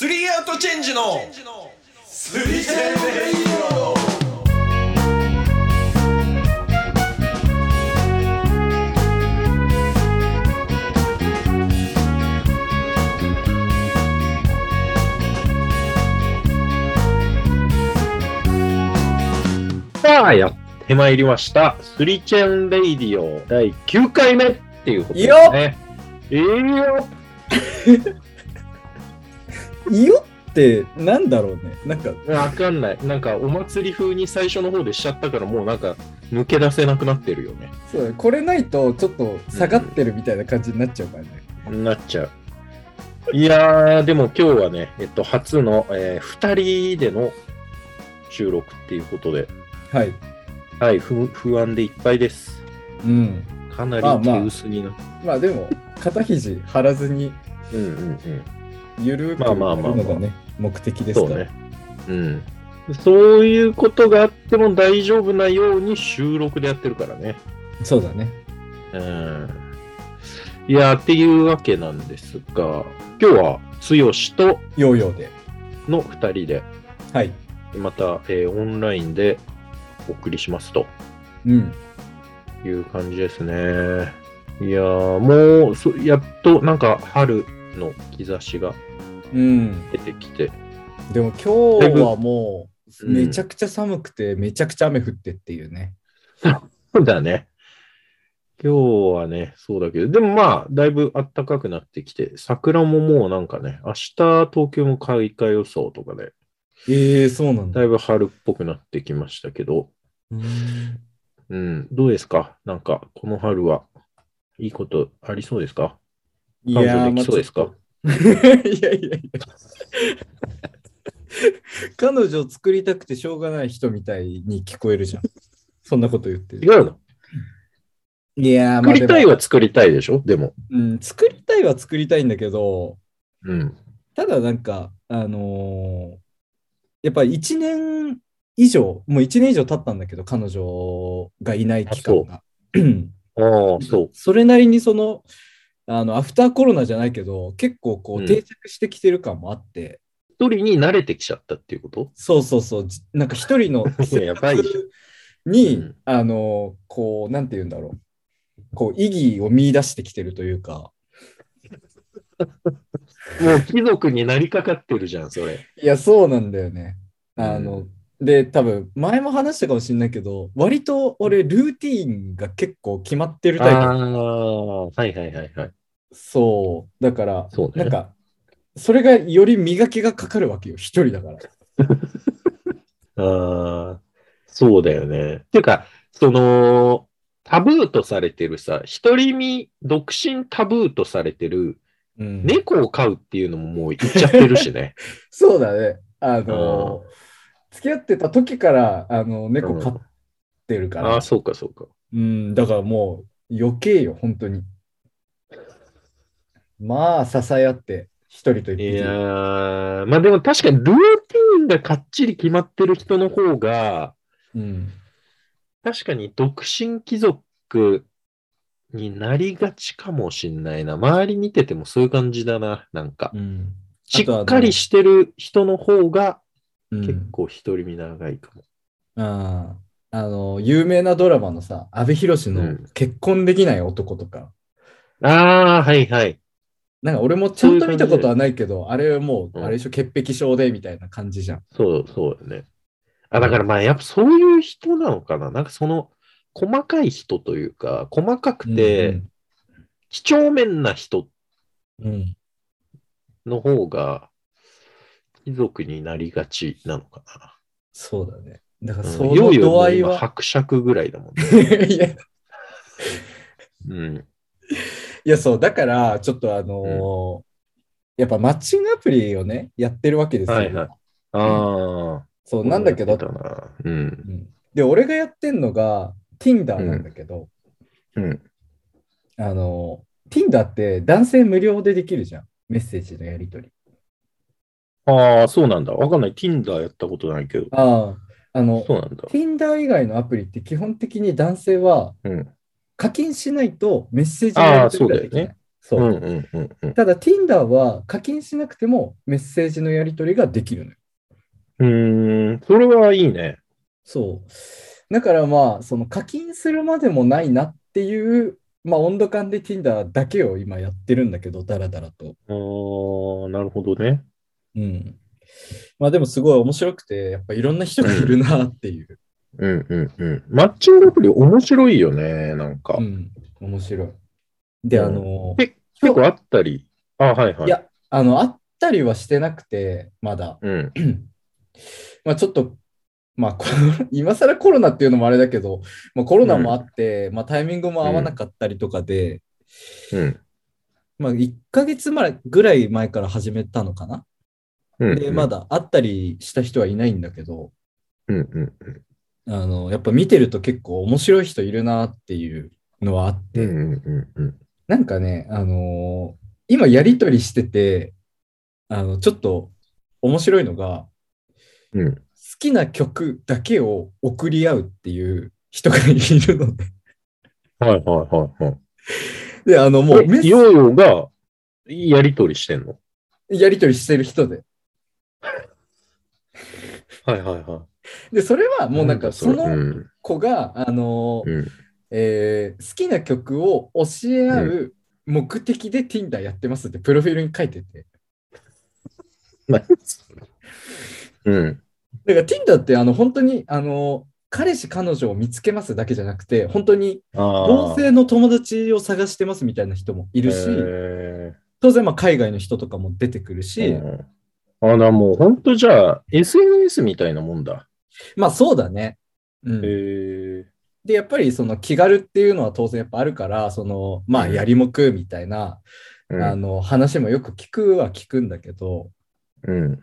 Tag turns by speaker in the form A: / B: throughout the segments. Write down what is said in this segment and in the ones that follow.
A: ントチェンジのスリセンレイ
B: さあ、やってまいりました。スリチェンレイディオ第9回目っていうことですね。いいよ
C: いよってなんだろうね。なんか、
B: わかんない。なんかお祭り風に最初の方でしちゃったからもうなんか抜け出せなくなってるよね。
C: そうだねこれないとちょっと下がってるみたいな感じになっちゃうからね。
B: なっちゃう。いやー、でも今日はね、えっと、初の、え2人での収録っていうことで、
C: はい。
B: はい、不不安でいっぱいです。
C: うん。
B: かなり
C: まあまあ
B: 手薄になって、
C: まあでも、肩肘張らずに
B: うんうんうん。
C: ゆるく
B: ま
C: や
B: あ
C: る
B: まあまあまあ
C: のがね、目的です
B: そ
C: か
B: う
C: ら。
B: ね。うん。そういうことがあっても大丈夫なように収録でやってるからね。
C: そうだね。
B: うん。いやー、っていうわけなんですが、今日は、剛と
C: ヨーヨーで。
B: の2人で、
C: はい。
B: また、えーオンラインでお送りしますと
C: うん。
B: いう感じですね。いやー、もうそ、やっとなんか春の兆しが
C: うん。
B: 出てきて、
C: でも今日はもう、
B: うん
C: めちゃくちゃ寒くて、めちゃくちゃ雨降ってっていうね。
B: そうだね。今日はね、そうだけど、でもまあ、だいぶ暖かくなってきて、桜ももうなんかね、明日東京も開花予想とかで、
C: ええそうなん
B: だ
C: だ。
B: いぶ春っぽくなってきましたけど、
C: うん
B: うん、どうですかなんか、この春はいいことありそうですか
C: いや
B: 彼
C: ー、
B: 女できそうですか
C: まあちょっといやいやいや。彼女を作りたくてしょうがない人みたいに聞こえるじゃん。そんなこと言って
B: 違
C: る。
B: うの
C: いやー、
B: 作
C: まあで
B: り
C: も
B: たいは作りたいでしょでも。
C: うん、作りたいは作りたいんだけど、
B: うん。
C: ただなんか、あのーやっぱり1年以上、もう1年以上経ったんだけど、彼女がいない期間が。
B: ああ、そう。
C: それなりにその、あのアフターコロナじゃないけど、結構こ
B: う
C: うん定着してきてる感もあって、
B: 一人に慣れてきちゃったっていうこと
C: そうそうそう、じなんか一人の
B: やばいじゃん
C: に、
B: うん
C: あの、こう、なんて言うんだろう、こう、意義を見出してきてるというか、
B: もう貴族になりかかってるじゃん、そ れ。
C: いや、そうなんだよね。あ
B: う
C: の、で、多分、前も話したかもしれないけど、割と俺、ルーティーンが結構決まってる
B: あ
C: タイ
B: あ、はいはいはいはい。
C: プ。そう、だから、
B: そうね。
C: なんか、それがより磨きがかかるわけよ、一人だから。
B: ああ、そうだよね。てか、その、タブーとされてるさ、独り身、独身タブーとされてる、
C: うん
B: 猫を飼うっていうのももう言っちゃってるし ね。
C: そうだね。あの、付き合ってた時から、あの、猫飼ってるから。
B: ああ、そうかそうか。
C: うん、だからもう余計よ、本当に。まあ、支え合って、一人と一
B: い
C: 匹。
B: やー、まあでも確かにルーティンがかっちり決まってる人の方が、
C: うん、
B: 確かに独身貴族になりがちかもしんないな。周り見ててもそういう感じだな、なんか。
C: うん。
B: しっかりしてる人の方が
C: うん
B: 結構独り身長いかも。
C: あーあの、有名なドラマのさ、阿部寛
B: う
C: の
B: ん
C: 結婚できない男とか、
B: ああ、はいはい。
C: なんか俺もちゃんと見たことはないけど、あれはもう、
B: うん
C: あれでしょ、潔癖症でみたいな感じじゃん。
B: そう、そうだね。あ、だからまあ、やっぱそういう人なのかな。なんかその、細かい人というか、細かくて、几帳面な人
C: うん、うん
B: の方が、貴族になりがちなのか
C: そうだね。だか
B: な。
C: ら、
B: うん
C: その
B: ヨーヨー
C: 度合い
B: も今
C: は。
B: 伯爵ぐらいだもんね。
C: いや
B: うん。
C: いや、そう、だから、ちょっとあのーやっぱマッチングアプリをね、やってるわけですよ。
B: はいはいあ
C: そう、
B: あ。
C: なんだけど、
B: そうやってたなうん。
C: うんで、俺がやってんのが Tinder なんだけど、
B: うん。
C: あのー Tinder って男性無料でできるじゃん。メッセージのやり取り。
B: ああ、そうなんだ。わかんない。Tinder やったことないけど。
C: ああ、あの、
B: そうなんだ。
C: Tinder 以外のアプリって基本的に男性は
B: うん。
C: 課金しないとメッセージのやり取りができない。
B: ああそうだよ
C: そうう。
B: んうんうんうん
C: ただ Tinder は課金しなくてもメッセージのやり取りができるのよ。。
B: うーん、それはいいね。
C: そう。だからまあ、その課金するまでもないなっていう、まあ温度感で Tinder だけを今やってるんだけど、だらだらと。
B: あーなるほどね。
C: うん。まあでもすごい面白くて、やっぱいろんな人がいるなっていう。
B: うんうんうん。マッチングアプリ面白いよね、なんか。
C: うん。面白い。で、
B: うん
C: あの、
B: け結構あったり。あ、はいはい。
C: いや、あの、会ったりはしてなくて、まだ。
B: うん。
C: まあちょっと、まあ、この 今更コロナっていうのもあれだけど、まあ、コロナもあって、まあ、タイミングも合わなかったりとかで、
B: うん。
C: まあ、1ヶ月前ぐらい前から始めたのかな。
B: うん。
C: で、まだ会ったりした人はいないんだけど、
B: うんうん
C: あのやっぱ見てると結構面白い人いるなっていうのはあっ
B: うん。う
C: て、
B: んうんうんうん。
C: なんかね、あのー今やりとりしてて、あのちょっと面白いのが、
B: うん。
C: 好きな曲だけを送り合うっていう人がいるので、
B: はいはいはいはい。
C: で、あの、もうメッセ、
B: ヨーヨーがやりとりしてんの
C: やりとりしてる人で。
B: はいはいは。
C: で、それはいもうなんか、
B: だ
C: そ
B: れう
C: の
B: ん
C: 子が、あのー、
B: うん。
C: えー好きな曲を教え合う目的で Tinder やってますって、プロフィールに書いてて。
B: 何それうん。
C: だから Tinder って、あの、本当に、あのー、彼氏、彼女を見つけますだけじゃなくて、本当に
B: ああ。
C: 同性の友達を探してますみたいな人もいるし、
B: へ
C: 当然、まあ、海外の人とかも出てくるし、
B: ーうんあ、だからもう本当じゃあ、SNS みたいなもんだ。
C: まあ、そうだね。うん
B: へえ。
C: で、やっぱりその気軽っていうのは当然やっぱあるから、その、まあ、
B: うん
C: やりもくみたいな、
B: うん
C: あの、話もよく聞くは聞くんだけど、
B: うん。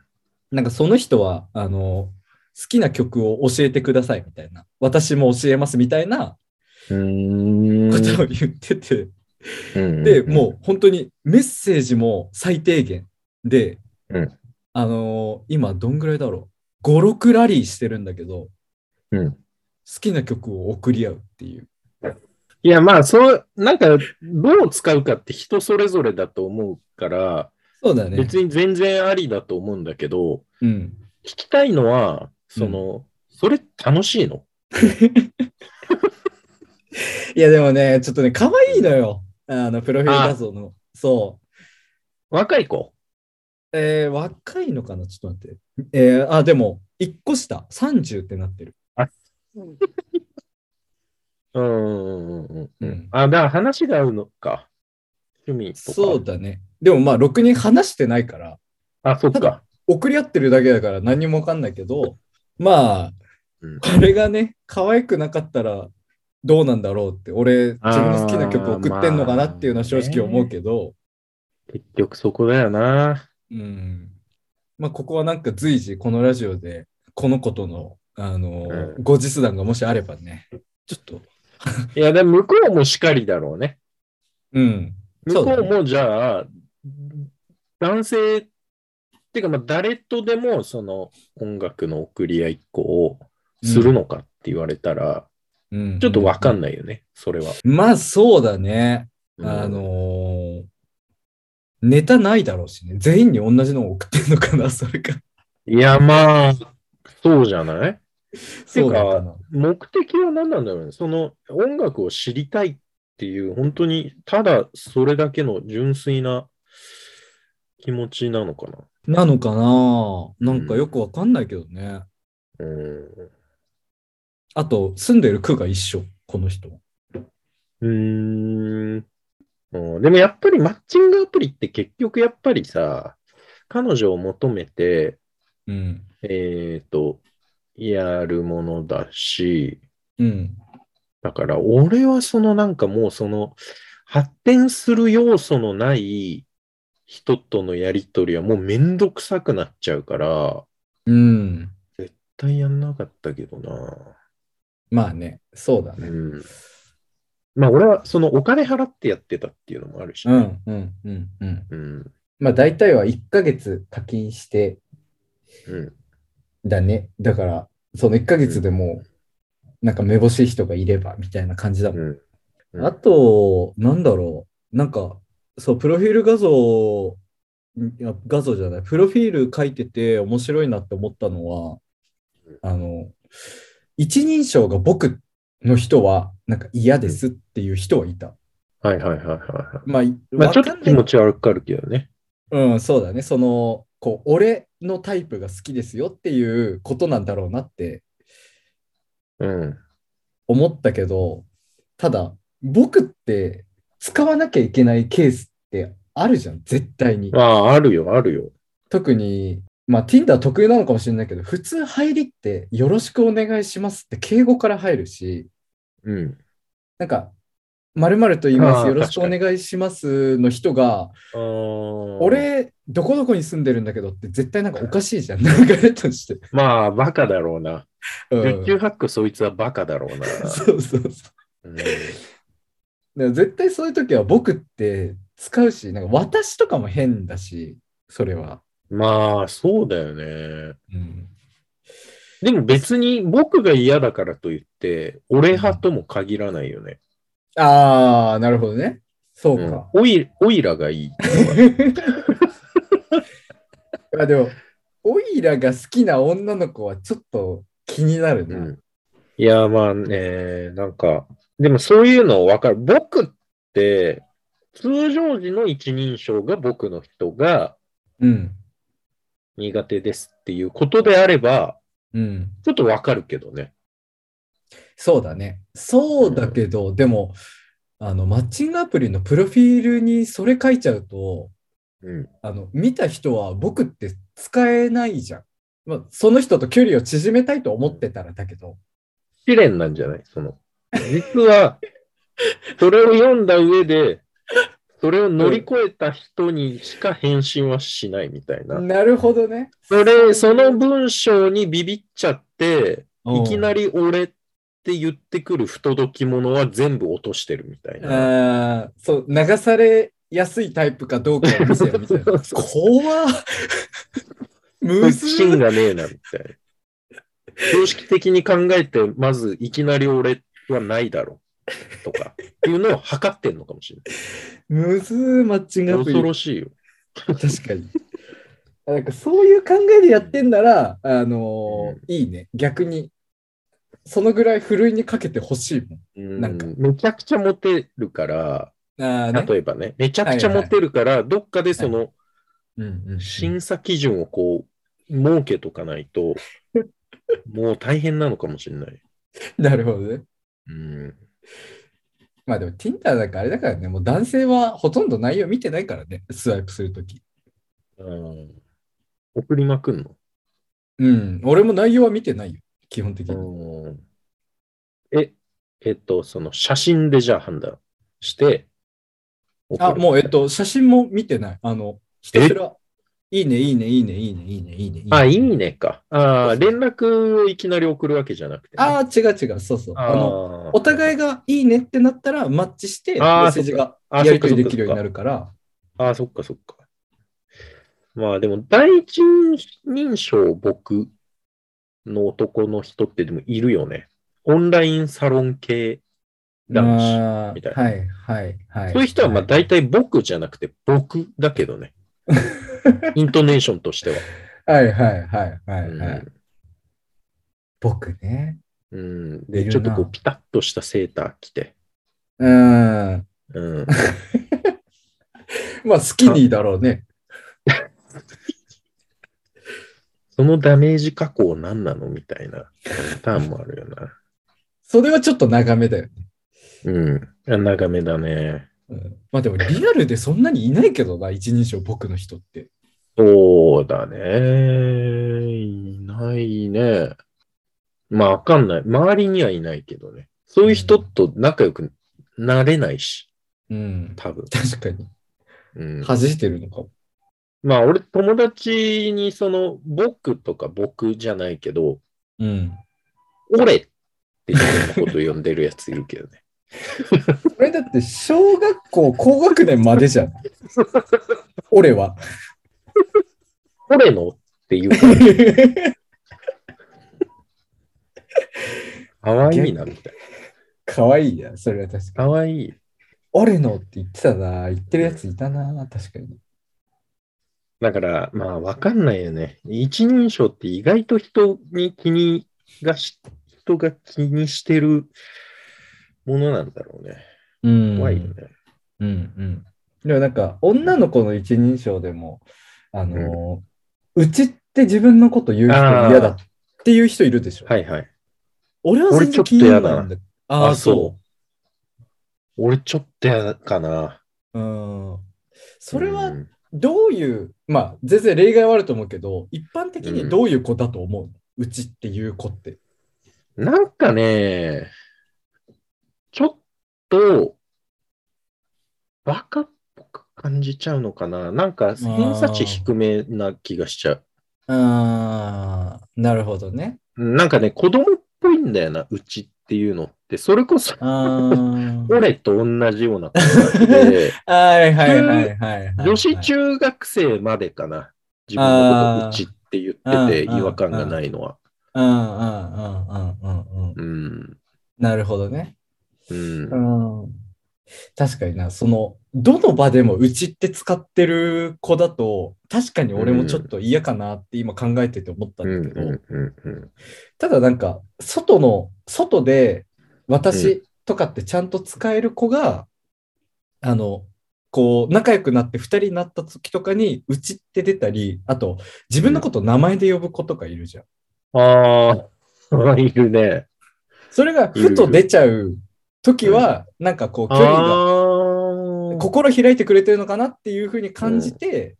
C: なんかその人は、あの、好きな曲を教えてくださいみたいな、私も教えますみたいな
B: うーん
C: ことを言ってて、
B: うん
C: で、もう本当にメッセージも最低限で、
B: うん
C: あの、今どんぐらいだろう、5、6ラリーしてるんだけど、
B: うん。うん
C: 好きな曲を送り合うっていう。
B: いや、まあ、そう、なんか、どう使うかって人それぞれだと思うから、
C: そうだね。
B: 別に全然ありだと思うんだけど、
C: うん。
B: 聞きたいのは、その、それ楽しいの
C: いやでもね、ちょっとね、可愛いのよ。あの、プロフィール画像の。そう。
B: 若い子。
C: えー、若いのかなちょっと待って。えー、あ、でも、1個下、30ってなってる。
B: うんうんうんう
C: うんん。
B: あ、だから話が合うのか。趣味とか。
C: そうだね。でもまあ、6人話してないから、
B: あ、そっか。
C: 送り合ってるだけだから何にもわかんないけど、まあ、
B: うん
C: これがね、可愛くなかったらどうなんだろうって、俺、自分の好きな曲送ってんのかなっていうのは正直思うけど、
B: 結局そこだよな。
C: うん。まあ、ここはなんか随時、このラジオで、この子との、あの、
B: うん
C: 後日談がもしあればね、ちょっと、
B: いや、でも向こうもしかりだろうね。
C: うん。
B: 向
C: そう
B: こ
C: だね
B: うもじゃあ、男性、ってかまあ誰とでもその音楽の送り合いっ子をするのかって言われたら、
C: うん
B: ちょっとわかんないよね、それは。
C: まあ、そうだね。
B: うん
C: あのーネタないだろうしね。全員に同じのを送ってんのかな、それか。
B: いや、まあ、そうじゃない
C: そうだったな。
B: 目的は何なんだろうね。その音楽を知りたいっていう、本当にただそれだけの純粋な気持ちなのか
C: なのかななんかよくわかんないけどね。
B: な。う
C: あと、住んでる区が一緒、この人。
B: ん。うーん。うんでもやっぱりマッチングアプリって結局やっぱりさ、彼女を求めて、
C: うん。
B: えっ、と、やるものだし、
C: うん。
B: だから俺はそのなんかもうその発展する要素のない人とのやりとりはもうめんどくさくなっちゃうから、
C: うん。
B: 絶対やんなかったけどな。
C: まあね、そうだ
B: う
C: ね。
B: ん。まあ俺はそのお金払ってやってたっていうのもあるし
C: う
B: ね。
C: ん、うん、うん、うん。
B: うん。
C: まあ大体は1ヶ月課金して
B: うん。
C: だね。だから、その1ヶ月でも、なんかめぼしい人がいればみたいな感じだもん。
B: うん。うん
C: あと、なんだろう。なんか、そう、プロフィール画像、いや、画像じゃない、プロフィール書いてて面白いなって思ったのは、あの、一人称が僕の人は、なんか嫌ですっていう人はいた。
B: はいはいはいは
C: まあ、
B: い。まあ
C: わ
B: ち
C: か
B: ょ
C: ん
B: っ
C: ない
B: と気持ち悪くあるけどね。
C: うん、そうだね。その、こう、俺のタイプが好きですよっていうことなんだろうなって
B: うん。
C: 思ったけど、ただ、僕って使わなきゃいけないケースってあるじゃん、絶対に
B: あ。あ、あるよ、あるよ。
C: 特に、まあ、Tinder 特有なのかもしれないけど、普通入りって、よろしくお願いしますって敬語から入るし、
B: うん。なん
C: なんか、まると言いま
B: あ
C: す、
B: ー
C: よろしくお願いしますの人が、
B: 俺、
C: 俺、どこどこに住んでるんだけどって、絶対なんかおかしいじゃん、流れとして。
B: まあ、バカだろうな。
C: うん
B: 十中八九そいつはバカだろうな。
C: そうそうそう。
B: うん
C: だから絶対そういう時は僕って使うし、なんか私とかも変だし、それは。
B: まあ、そうだよね。
C: うん、
B: でも別に僕が嫌だからといって、俺派とも限らないよね。
C: ああ、なるほどね。そう
B: うん
C: か。
B: おいおいらがいい。
C: まあでも、オイラが好きな女の子はちょっと気になる
B: う
C: な。
B: ん、いや、まあね、なんか、でもそういうの分かる。僕って、通常時の一人称が僕の人が
C: うん。
B: 苦手ですっていうことであれば、
C: うん。
B: ちょっと分かるけどね。
C: そうだね。そうだけど、でも、あの、マッチングアプリのプロフィールにそれ書いちゃうと、
B: うん。
C: あの、見た人は僕って使えないじゃん。まあ、その人と距離を縮めたいと思ってたらだけど。
B: 試練なんじゃないその、実は、それを読んだ上で、それを乗り越えた人にしか返信はしないみたいな。
C: なるほどね。
B: それ、その文章にビビっちゃって、いきな
C: り。
B: り俺って言ってくる不届き者は全部落としてるみたいな。
C: ああ、そう、流されやすいタイプかどうかを見せるみ たいな。怖
B: そう
C: っ むず
B: 芯
C: い。
B: がねえなみたいな。常識的に考えて、まずいきなり俺はないだろうとか、っていうのを測ってんのかもしれ
C: むずいマッチング
B: な
C: ア
B: い。
C: プ
B: 恐
C: リ。
B: ろしいよ。
C: 確かに。なんかそういう考えでやってんなら、あのーいいね。逆に。そのぐらいふるいにかけてほしいもん。
B: うん
C: なんか
B: めちゃくちゃモテるから、
C: ああね。
B: 例えばね、めちゃくちゃモテるから、どっかでその
C: うんうんうん
B: 審査基準をこう、設けとかないと、もう大変なのかもしれない。
C: なるほどね。
B: うん
C: まあでも Tinder なんかあれだからね、もう男性はほとんど内容見てないからね、スワイプするとき。
B: うん送りまくん
C: うん、俺も内容は見てないよ、基本的に。
B: の、え、えっと、その写真でじゃあ判断して、
C: あ、もう、えっ
B: と。
C: と、写真も見てない。あの、ひたすら、いいね、いいね、いいね、いいね、いいね、いいね。
B: あ、いい
C: ね。
B: ねか。あー連絡をいきなり送るわけじゃなくて、
C: ああ、違う違う、そうそう。あの、
B: の
C: お互いがいいねってなったら、マッチして、メ
B: あー
C: ッセージが
B: あ
C: や
B: ーそっ
C: り
B: か
C: 取りできるようにな
B: る。
C: るから、
B: あー、そっかそっか。まあでも、第一人称僕の男の人ってでもいるよね。オンラインサロン系男子。
C: あー
B: みたいな
C: はい、はい、はい。
B: そういう人はまあ大体僕じゃなくて僕だけど ね。イントネーションとしては。
C: はい、はい、はい、は
B: う
C: い、
B: ん
C: はい。僕ね。
B: うん、
C: いる
B: で、
C: な
B: ちょっとこうピタッとしたセーター着て。
C: う
B: う
C: ん。
B: ん、
C: まあ、スキニーだろうね。
B: そのダメージ加工何なのみたいなパターンもあるよな。
C: それはちょっと長めだよね。
B: うん。あ長めだね。
C: うんまあでも、リアルでそんなにいないけどな、一人称僕の人って。
B: そうだね。いないね。まあわかんない。周りにはいないけどね。そういう人と仲良くなれないし、
C: うん。
B: 多分。
C: 確かに。
B: うん、
C: 弾いてるのかも。
B: まあ、俺、友達に、その、僕とか僕じゃないけど、
C: うん。
B: 俺っていうようなことを呼んでるやついるけど ね。
C: これだって小学校高学年までじ ゃん。俺は。
B: 俺のっていうから、かわいいな、みたい
C: 可愛いや、それは確か
B: な。かわいい。
C: 俺のって言ってたな、言ってるやついたな、確かに。
B: だから、まあ、わかんないよね。一人称って意外と人に気にがし、人が気にしてるものなんだろうね。
C: うん
B: 怖いよね。
C: うんうん。でもなんか、女の子の一人称でも、あのー、うちって自分のこと言う人嫌だっていう人いるでしょ。
B: はいはい。
C: 俺は全然気にならないんだ。ああ、
B: あ
C: そ
B: そう俺ちょっとやかな。
C: う。うん。それ
B: う
C: は
B: ん
C: どういう、まあ、全然例外はあると思うけど、一般的にどういう子だと思う、うちっていう子って。
B: なんかね、ちょっと、バカっぽく感じちゃうのかな。なんか、偏差値低めな気がしちゃう。
C: ああ、なるほどね。
B: うんなんかね、子供っぽいんだよな、うちっていうのって。それこそ、
C: あ ー
B: 俺と同じような感じで、
C: はいはいはいはいはい。
B: 女子中学生までかな。自分のこと
C: あー
B: うちって言ってて、
C: うんうん
B: 違和感がないのは。
C: うんうんうんうんうんうん。
B: うん。
C: なるほどね。
B: うん。
C: うん確かにな、その、どの場でもうちって使ってる子だと、確かに俺もちょっと嫌かなって今考えてて思った
B: うんん
C: だけど、
B: うんうんうん
C: ただなんか、外の、外で私とかってちゃんと使える子が、あの、こう、仲良くなって2人になった時とかに、うちって出たり、あと、自分のこと名前で呼ぶ子とかいるじゃん。
B: ああ、いるね。
C: それがふと出ちゃう時は、なんかこう、距離が
B: あー
C: 心開いてくれてるのかなっていうふうに感じて、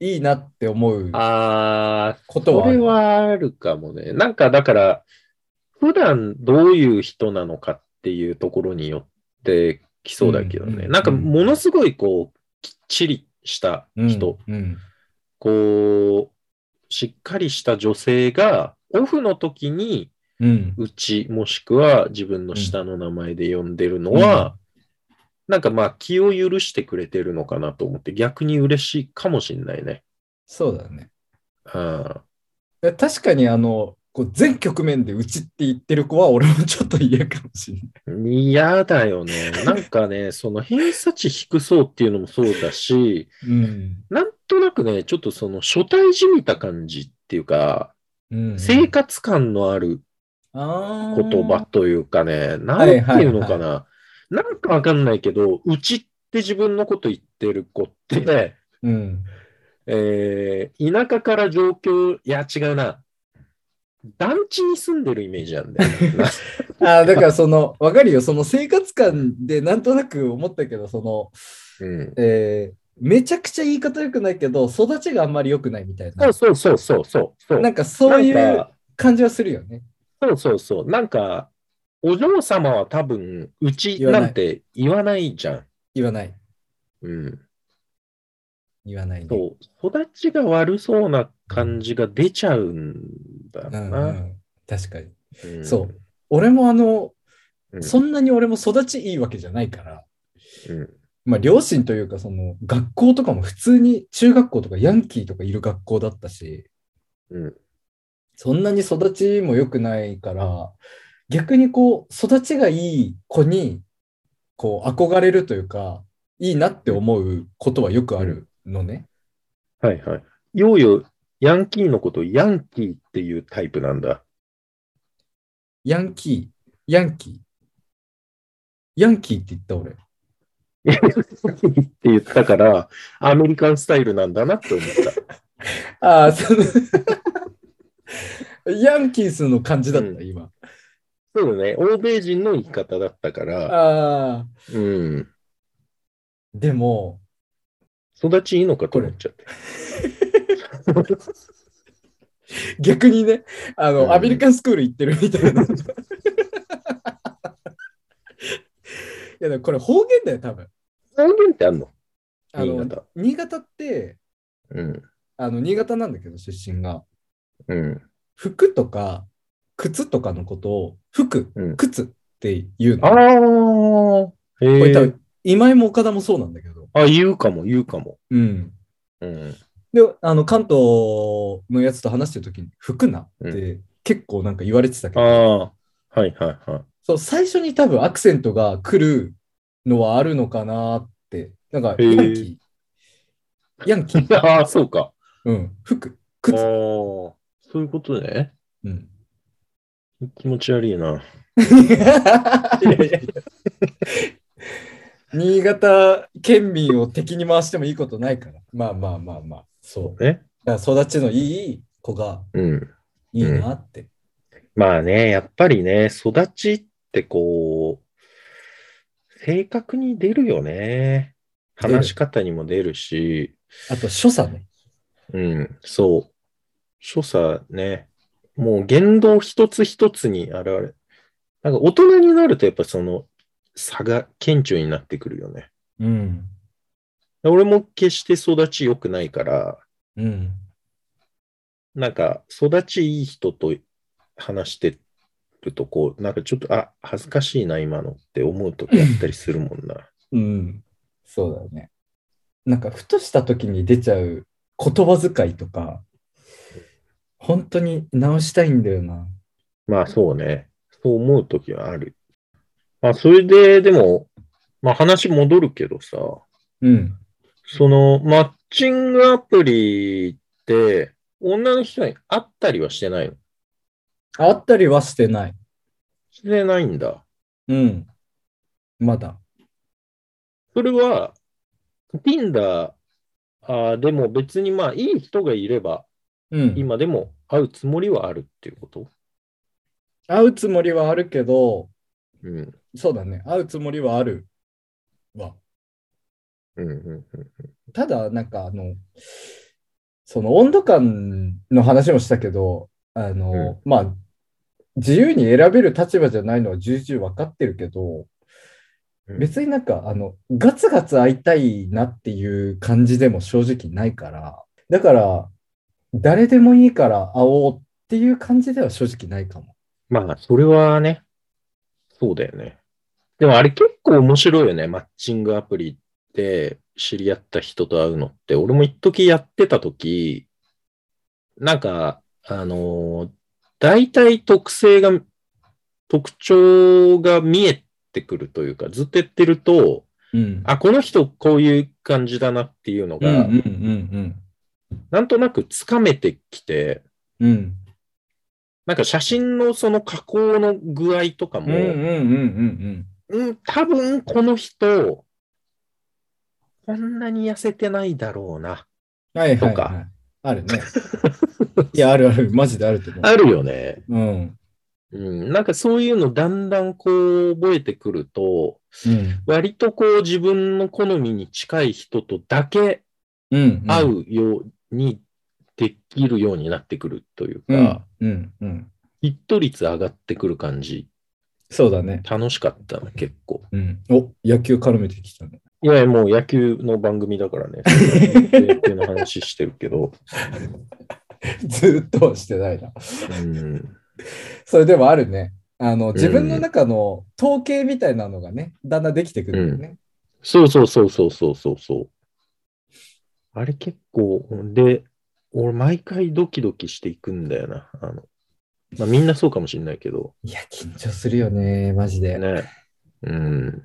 C: いいなって思う
B: あー、
C: こと
B: そ
C: はあ
B: れ
C: る。
B: はあるかもね。なんかだから、普段どういう人なのかっていうところによってきそうだけどね。
C: うんうん
B: なんかものすごいこう、きっちりした人、
C: うん。
B: こう、しっかりした女性が、オフの時に
C: うん。
B: うちもしくは自分の下の名前で呼んでるのは、なんかまあ気を許してくれてるのかなと思って逆に嬉しいかもしんないね。
C: そうだね。
B: うん
C: 確かに、あの、こう全局面でうちって言ってる子は俺もちょっと嫌かもしれない。
B: 嫌だよ ね。なんかね、その偏差値低そうっていうのもそうだし、
C: うん。
B: なんとなくね、ちょっとその初対じみた感じっていうか、
C: うん、
B: 生活感のある
C: あー
B: 言葉というかね、なんていうのか
C: はいはい
B: な。なんかわかんないけど、うちって自分のこと言ってる子ってね、
C: うん。
B: えー田舎から上京、いや違うな。団地に住んでるイメージなんだ よな。
C: ああ、だからその、わかるよ。その生活感でなんとなく思ったけど、その、
B: うん、
C: えーめちゃくちゃ言い方良くないけど、育ちがあんまり良くないみたいな。
B: そうそうそうそうそう。
C: なんかそうい
B: なん
C: う
B: か
C: 感じはするよね。
B: そうそうそう。なんか、お嬢様は多分、うちなんて言わないじゃん。
C: 言わない。
B: うん。
C: 言わないね。
B: そう。育ちが悪そうな感じが出ちゃうんだ
C: うん
B: な。
C: うん確かに。
B: うん
C: そう。俺もあの、
B: うん
C: そんなに俺も育ちいいわけじゃないから、
B: うん
C: まあ両親というか、その学校とかも普通に中学校とかヤンキーとかいる学校だったし、
B: うん
C: そんなに育ちも良くないから、逆にこう、育ちがいい子に、こう、憧れるというか、いいなって思うことはよくあるのね。
B: はいはい。いよいよ、ヤンキーのこと、ヤンキーっていうタイプなんだ。
C: ヤンキー、ヤンキー。ヤンキーって言った俺。
B: ヤンキーって言ったから、アメリカンスタイルなんだなって思った。
C: あ あ、そのヤンキースの感じだった、
B: うん
C: 今。
B: そうだね。欧米人の言い方だったから、
C: ああ、
B: うん。
C: でも、
B: 育ちいいのかと思っちゃって。
C: 逆にね、あの、
B: うん
C: アメリカンスクール行ってるみたいな。い や、でもこれ方言だよ、多分。
B: 方言ってあんの
C: あの
B: 新潟。
C: 新潟って、
B: うん。
C: あの、新潟なんだけど、出身が。
B: うん。
C: 服とか、靴とかのことを、服、
B: うん
C: 靴って言うの。
B: ああ。
C: こ
B: へ
C: れ多
B: え。
C: 分、今井も岡田もそうなんだけど。
B: あ、言うかも、言うかも。
C: うん。
B: うん。
C: で、あの、関東のやつと話してるときに、福なって結構なんか言われてたけ
B: あ
C: ど、
B: あ。はいはいはい。
C: そう最初に多分アクセントが来るのはあるのかなって。なんか、
B: へー
C: ヤンキー。ヤンキ ー。
B: ああ、そうか。
C: うん。服。
B: ああ
C: 靴。
B: ー、そういうことね。
C: うん。
B: 気持ち悪い な。
C: 新潟県民を敵に回してもいいことないから。まあまあまあまあ。そう。
B: ね。
C: だから育ちのいい子が
B: うん。
C: いいなって。
B: まあね、やっぱりね、育ちってこう、正確に出るよね。
C: 出る
B: 話し方にも出るし、
C: あと、所作ね。
B: うん、そう。所作ね、もう言動一つ一つに現れ、なんか大人になるとやっぱその差が顕著になってくるよね。
C: うん。
B: 俺も決して育ち良くないから、
C: うん。
B: なんか育ちいい人と話してるとこう、なんかちょっと、あ、恥ずかしいな、今のって思う時あったりするもんな。
C: うん。そうだよね。なんか、ふとした時に出ちゃう言葉遣いとか、本当に直したいんだよな。
B: まあそうね。そう思う時はある。まあそれで、でも、まあ話戻るけどさ、
C: うん。
B: そのマッチングアプリって女の人に会ったりはしてないの
C: あったりはしてない。
B: してないんだ。
C: うん。まだ。
B: それは Tinder あーでも別にまあいい人がいれば
C: うん。
B: 今でも会うつもりはあるっていうこと
C: 会うつもりはあるけど、
B: うん。
C: そうだね。会うつもりはあるわ。
B: うんうん
C: ただ、なんかあの、その温度感の話もしたけど、あの、まあ、自由に選べる立場じゃないのは重々分かってるけど、
B: うん
C: 別になんか、あの、ガツガツ会いたいなっていう感じでも正直ないから、だから、誰でもいいから会おうっていう感じでは正直ないかも。
B: まあそれはね、そうだよね。でもあれ結構面白いよね。マッチングアプリで知り合った人と会うのって。俺も一時やってた時、なんか、あのー大体特性が、特徴が見えてくるというか、ずっとやってると、
C: うん
B: あ、この人こういう感じだなっていうの
C: うん
B: が、
C: うんうん
B: なんとなくつかめてきて、
C: うん。うん
B: なんか写真のその加工の具合とか
C: うん
B: も、
C: うんうん
B: うん、多分この人、こんなに痩せてないだろうな。
C: うん。はいはい、
B: と
C: は
B: か
C: い。あるね。 いや、あるある。マジであると思う。
B: あるよね。
C: うん。
B: うん、なんかそういうのだんだんこう覚えてくると、
C: うん。
B: 割とこう自分の好みに近い人とだけ
C: うん。
B: 会うようにできるようになってくるという
C: う
B: か
C: ん。、うん。うん。
B: ヒット率上がってくる感じ、
C: そうだね。
B: 楽しかったな、結構。
C: うん。お、野球絡めてきたね。
B: いやいや、もう野球の番組だ からね、野球の話してるけど、
C: ずっとはしてないな。
B: うん、
C: それでもあるね。あの、自分の中の統計みたいなのがね、だんだんできてくるよね。
B: そうそうそうそうそうそうそう。あれ結構、で、俺毎回ドキドキしていくんだよな。あの、まあみんなそうかもしれないけど。
C: いや、緊張するよね。マジで。
B: ね。うん。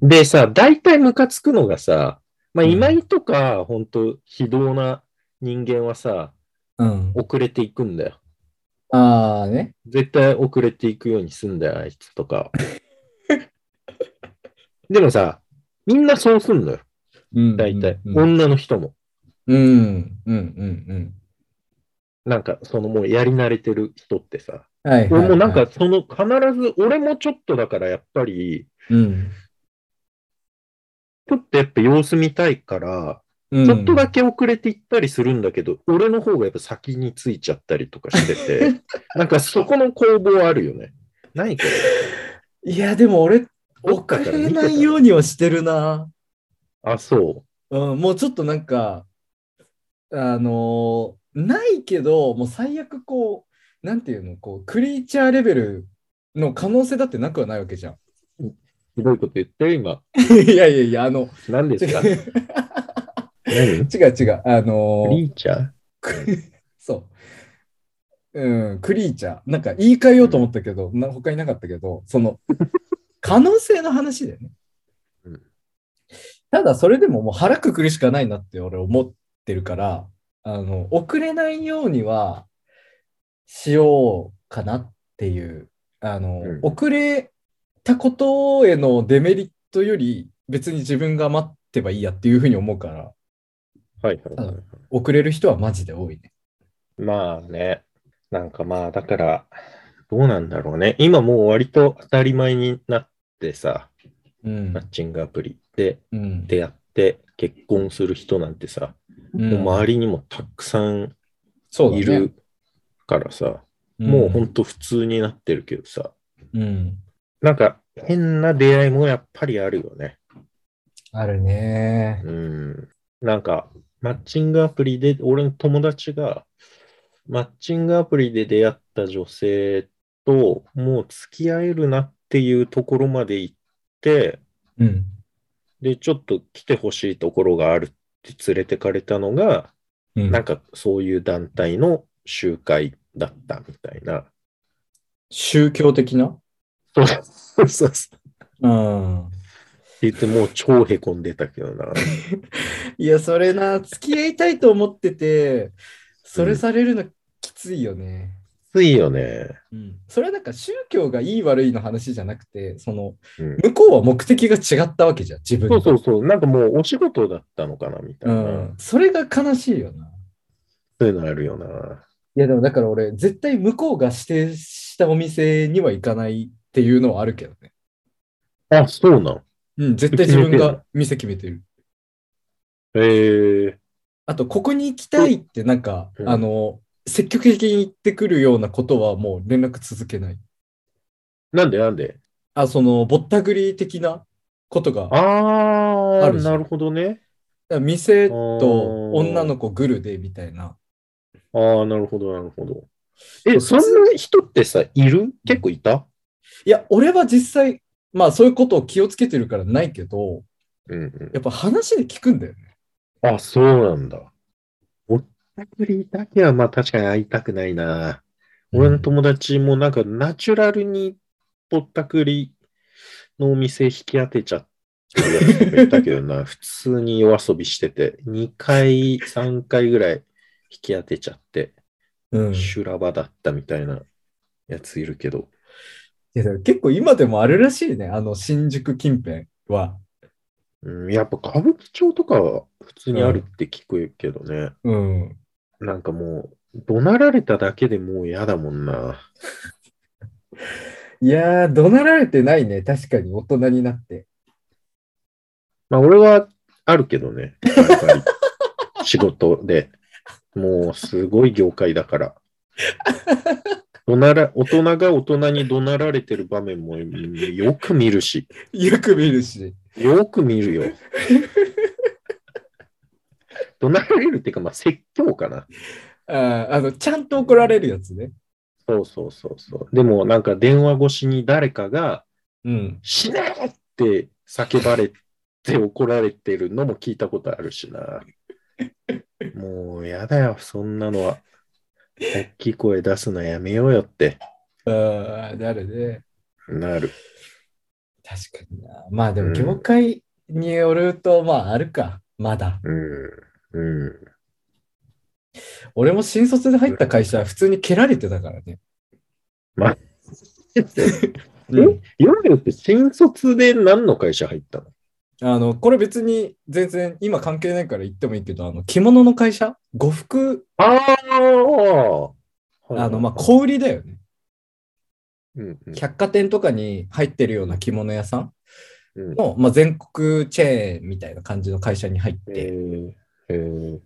B: でさ、大体ムカつくのがさ、まあ
C: うん
B: 今井とか、本当非道な人間はさ、
C: うん。
B: 遅れていくんだよ。
C: ああね。
B: 絶対遅れていくようにすんだよ、あいつと か。でもさ、みんなそうすんのよ。
C: うん。
B: 大体。
C: うん。
B: 女の人も。
C: うん。うん。うん。
B: なんか、そのもうやり慣れてる人ってさ、
C: うんはいはい、はい。
B: 俺もなんか、その必ず、俺もちょっとだからやっぱり、
C: うん、
B: ちょっとやっぱ様子見たいから、
C: うん。
B: ちょっとだけ遅れていったりするんだけど、俺の方がやっぱ先についちゃったりとかして て、なんかそこの攻防あるよね。ないけ
C: いや、でも俺、
B: ど、
C: 遅
B: から
C: れ
B: 見てた
C: ないようにはしてるな。
B: あ、そ
C: うん、もうちょっとなんか、あのーないけど、もう最悪こう、なんていうの、こう、クリーチャーレベルの可能性だってなくはないわ けじゃん。
B: う。ひどいこと言ったよ、今。
C: いやいやいや、あの、
B: 何で
C: 違
B: す か
C: う
B: 何
C: 違う違う、あのー
B: リーチャー
C: く そう。うん、クリーチャー。なん か言い換えようと思ったけど、な他になかったけど、その、可能性の話だよね。ただそれでももう腹くくるしかないなって俺思ってるから、あの、遅れないようにはしようかなっていう、あの、
B: うん
C: 遅れたことへのデメリットより別に自分が待ってばいいやっていうふうに思うから、
B: はいはいはい。
C: 遅れる人はマジで多いね。
B: まあね、なんかまあだから、どうなんだろうね。今もう割と当たり前になってさ、
C: うん
B: マ。ッチングアプリで
C: うん。
B: 出会って結婚する人なんてさ、
C: うん
B: もう周りにもたくさん
C: そうだね
B: いるからさ、もうほんと普通になってるけどさ、
C: うん、うん。
B: なんか変な出会いもやっぱりあるよね。
C: あるね。
B: うん。なんか、マッチングアプリで、俺の友達が、マッチングアプリで出会った女性と、もう付き合えるなっていうところまで行って、
C: うん。
B: で、ちょっと来てほしいところがあるって連れてかれたのが、
C: うん
B: なんかそういう団体の集会だったみたい な。
C: 宗教的な
B: そうそうそう。って
C: うん。
B: 言って、もう超へこんでたけど な。
C: いや、それな、付き合いたいと思ってて、それされるのきついよね。
B: きついよね。
C: うん。それはなんか宗教がいい悪いの話じゃなくて、その、
B: うん
C: 向こうは目的が違ったわけじゃん、自分
B: そう
C: の
B: そうそう。なんかもうお仕事だったのかなみたいな。
C: ん。それが悲しいよな。
B: そういうのあるよな。
C: いや、でもだから俺、絶対向こうが指定したお店には行かないっていうのはあるけどね。
B: あ、そうなん。
C: うん、絶対自分が店決めてる。
B: ええ
C: あと、ここに行きたいって、なんか、
B: うん
C: あの、積極的に行ってくるようなことはもう連絡続けない。
B: なんでなんで
C: あ、その、ぼったくり的なことが、だか
B: あ
C: あ
B: あ、
C: るじゃん
B: なるほどね。
C: ら店と
B: おー
C: 女の子グルでみたいな。
B: ああ、なるほど、なるほど。
C: そ
B: え、
C: う
B: そんな人ってさ、いる結構いた
C: いや、俺は実際、まあそういうことを気をつけてるからないけど、
B: うんうん。
C: やっぱ話で聞くんだよね。
B: あ、そうなんだ。ぼったくりだけは、まあ確かに会いたくないな。俺の友達もなんかナチュラルにぼったくりのお店引き当てちゃってるやつとかいたけど な、普通に夜遊びしてて、2回、3回ぐらい引き当てちゃって。
C: うん。い
B: 修羅場だったみたいなやついるけど。
C: やでも結構今でもあるらしいね、あの、新宿近辺は。
B: うん、やっぱ歌舞伎町とかは普通にあるって聞くけどね。
C: うん。
B: なんかもう、怒鳴られただけでもう嫌だもんな。
C: いやー、怒鳴られてないね、確かに大人になって。
B: まあ俺はあるけどね。やっぱり仕事で。もうすごい業界だから。怒鳴ら大人が大人に怒鳴られてる場面もうんよく見るし、
C: よく見るし。
B: よく見るよ。怒鳴られるっていうか、まあ説教かな。
C: あーあの、ちゃんと怒られるやつね。
B: そうそうそうそう。でもなんか電話越しに誰かが
C: うん。
B: 死ねって叫ばれて怒られてるのも聞いたことあるし な。もうやだよ、そんなのは。大きい声出すのやめようよって
C: ああ、なるね。
B: なる。
C: 確かにな。まあで
B: う
C: も、
B: ん
C: 業界によると、まああるか、まだ。
B: うん。 う
C: 俺も新卒で入った会社、普通に蹴られてたからね。
B: ん。えヨネって新卒で何の会社入ったの
C: あの、これ別に全然今関係ないから言ってもいいけど、あの、着物の会社呉服、
B: ああ
C: あの、まあ、小売りだよね。
B: うんうん
C: 百貨店とかに入ってるような着物屋さん
B: うん。
C: の、まあ、全国チェーンみたいな感じの会社に入っ
B: え
C: て、
B: ーえー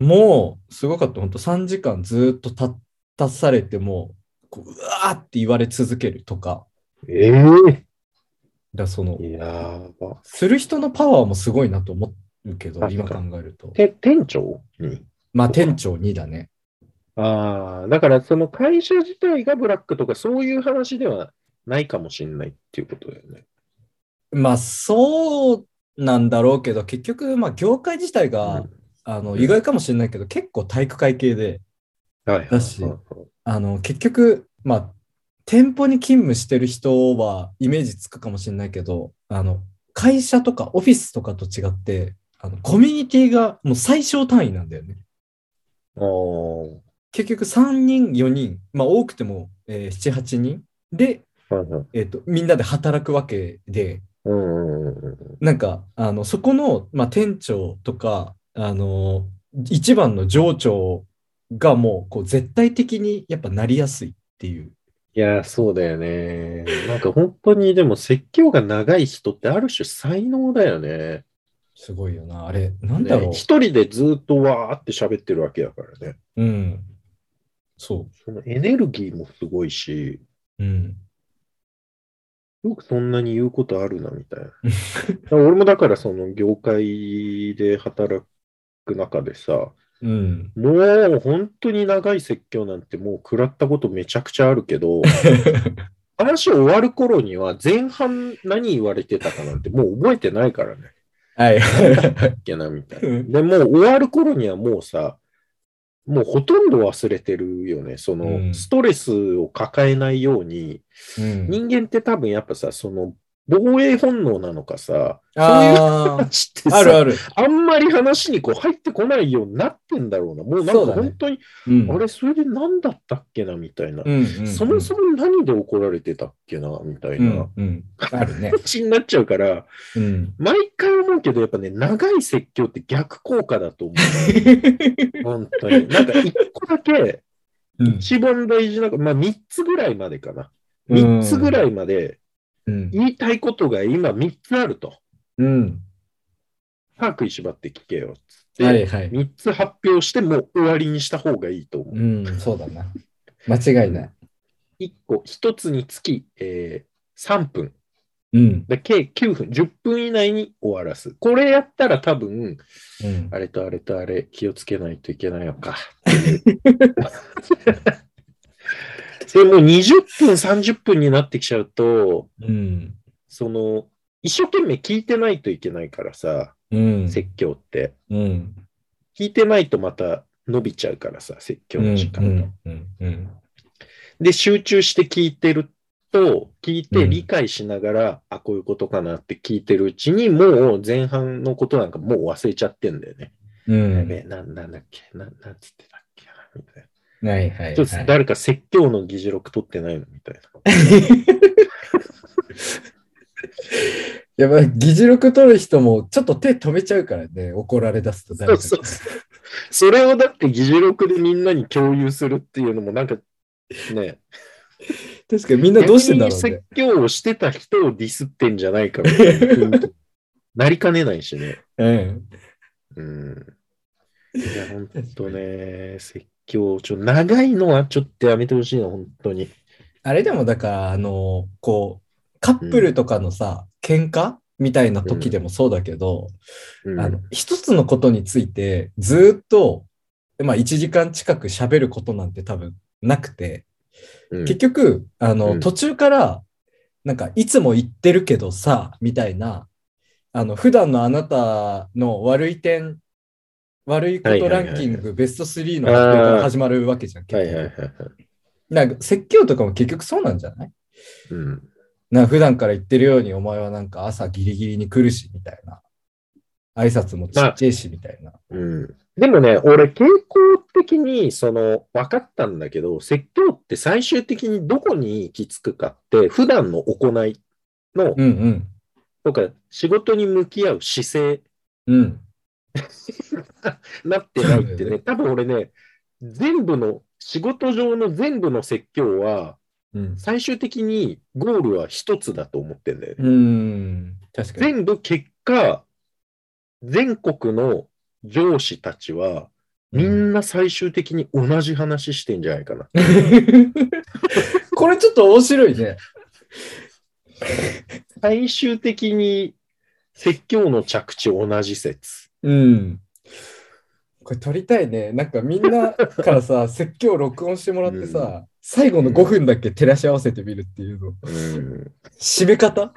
C: もう、すごかった。本当3時間ずっと立たされて、もう、こううわーって言われ続けるとか、
B: えー
C: だからその、
B: やば。
C: する人のパワーもすごいなと思うけど、
B: 確
C: 今
B: か
C: 考
B: に
C: えると。
B: て、店長に
C: まあ、店長2だね。
B: ああ、だからその会社自体がブラックとかそういう話ではないかもしれないっていうことだよね。
C: まあ、そうなんだろうけど、結局、まあ、業界自体が、
B: うん
C: あの、意外かもしれないけど、結構体育会系で、
B: はいはい
C: だし
B: はいはい
C: あの、結局、まあ、店舗に勤務してる人はイメージつくかもしれないけど、あの、会社とかオフィスとかと違って、あのコミュニティがもう最小単位なんだよね。
B: あー
C: 結局3人、4人、まあ多くても、えー7、8人で、
B: はいはい。
C: えっ、と、みんなで働くわけで、
B: うんうんうんうん。
C: なんか、あの、そこの、まあ、店長とか、あの、一番の上長がもう、こう、絶対的にやっぱなりやすいっていう。
B: いやー、そうだよね。なんか本当に、でも説教が長い人ってある種才能だよね。
C: すごいよな。あれ、なんだろう。
B: ね一人でずっとわーって喋ってるわけだからね。
C: うん。そ
B: そのエネルギーもすごいし、
C: う。うん。
B: よくそんなに言うことあるな、みたいな。俺もだからその業界で働く中でさ、
C: うん。
B: もう本当に長い説教なんてもう食らったことめちゃくちゃあるけ ど、話終わる頃には前半何言われてたかなんてもう覚えてないからね。
C: はい。
B: いけなみたいうな。
C: ん
B: でもう終わる頃にはもうさ、もうほとんど忘れてるよね。その、
C: うん
B: ストレスを抱えないように、
C: うん、
B: 人間って多分やっぱさ、その防衛本能なのかさ、そういう
C: ああ、
B: 話ってさ、
C: あるある。
B: あんまり話にこう入ってこないようになってんだろうな。もうな
C: そ
B: ん
C: う
B: か
C: だね
B: 本当に、
C: うん。
B: あれ、それで何だったっけなみたいな。
C: うんうんうん、
B: そもそも何で怒られてたっけなみたい
C: うん、
B: な
C: うん。あるね。
B: 話になっちゃうから、
C: うん。
B: 毎回思うけど、やっぱね、長い説教って逆効果だと思 う。本当に。なんか一個だけ、
C: うん
B: 一番大事なこと、まあ三つぐらいまでかな。三つぐらいまで
C: うん。
B: 言いたいことが今三つあると。
C: うん。
B: 歯食いしばって聞けよ。つって、
C: はいはい。
B: 三つ発表してもう終わりにした方がいいと思う。
C: うん、そうだな。間違いない。
B: 一個、一つにつき、えー、3分。
C: うん。
B: で、計9分、10分以内に終わらす。これやったら多分、
C: うん
B: あれとあれとあれ気をつけないといけないの か。でもう20分、30分になってきちゃうと、
C: うん。
B: その、一生懸命聞いてないといけないからさ、
C: うん。
B: 説教って。
C: うん。
B: 聞いてないとまた伸びちゃうからさ、説教の時間が。
C: うん。うん。
B: で、集中して聞いてると、聞いて理解しながら、あ、こういうことかなって聞いてるうちに、もう前半のことなんかもう忘れちゃってんだよね。
C: う
B: や
C: ん。
B: べえ、なんなんだっけ、ななんつってたっけな、みたいな。
C: はいはい
B: ちょっと
C: はい。
B: 誰か説教の議事録取ってないのみたいな。
C: やっぱ議事録取る人もちょっと手止めちゃうからね、怒られ出すと誰か
B: そうそうそれをだって議事録でみんなに共有するっていうのもなんかね、
C: 確かにみんなどうしてんだろう
B: 逆に
C: ね。
B: 説教をしてた人をディスってんじゃないかみたいな雰囲気なりかねないしね。
C: うん。
B: うん。いや、本当ね、説教、ちょ、長いのはちょっとやめてほしいな、本当に。
C: あれでもだから、あの、こう、カップルとかのさ、喧嘩みたいな時でもそうだけど、
B: うん
C: あの、一つのことについてずーっと、まあ、1時間近く喋ることなんて多分なくて、
B: うん
C: 結局、あの、
B: うん
C: 途中から、なんか、いつも言ってるけどさ、みたいな、あの、普段のあなたの悪い点、悪いこ
B: はいは
C: と
B: いは
C: ラ
B: い
C: ンキングベスト3の発表から始まるわけじゃん。結
B: はい
C: 局
B: はいはいはい。
C: なんか、説教とかも結局そうなんじゃない
B: うん。
C: なんか普段から言ってるように、お前はなんか朝ギリギリに来るし、みたいな。挨拶もちっちゃいし、みたいな。
B: うんでもね、俺、傾向的に、その、分かったんだけど、説教って最終的にどこに行き着くかって、普段の行いの、
C: うんうん。
B: とか、仕事に向き合う姿勢
C: うん。
B: なってないって
C: そうだよね
B: ね、多分俺ね、全部の、仕事上の全部の説教は、
C: うん。
B: 最終的にゴールは一つだと思ってんだよね。
C: うん。確かに。
B: 全部結果、全国の上司たちは、みんな最終的に同じ話してんじゃないかな。
C: これちょっと面白いね。
B: 最終的に説教の着地同じ説。
C: うん。これ撮りたいね。なんかみんなか らさ、説教録音してもらってさ、
B: うん
C: 最後の5分だけ照らし合わせてみるっていうの。締め方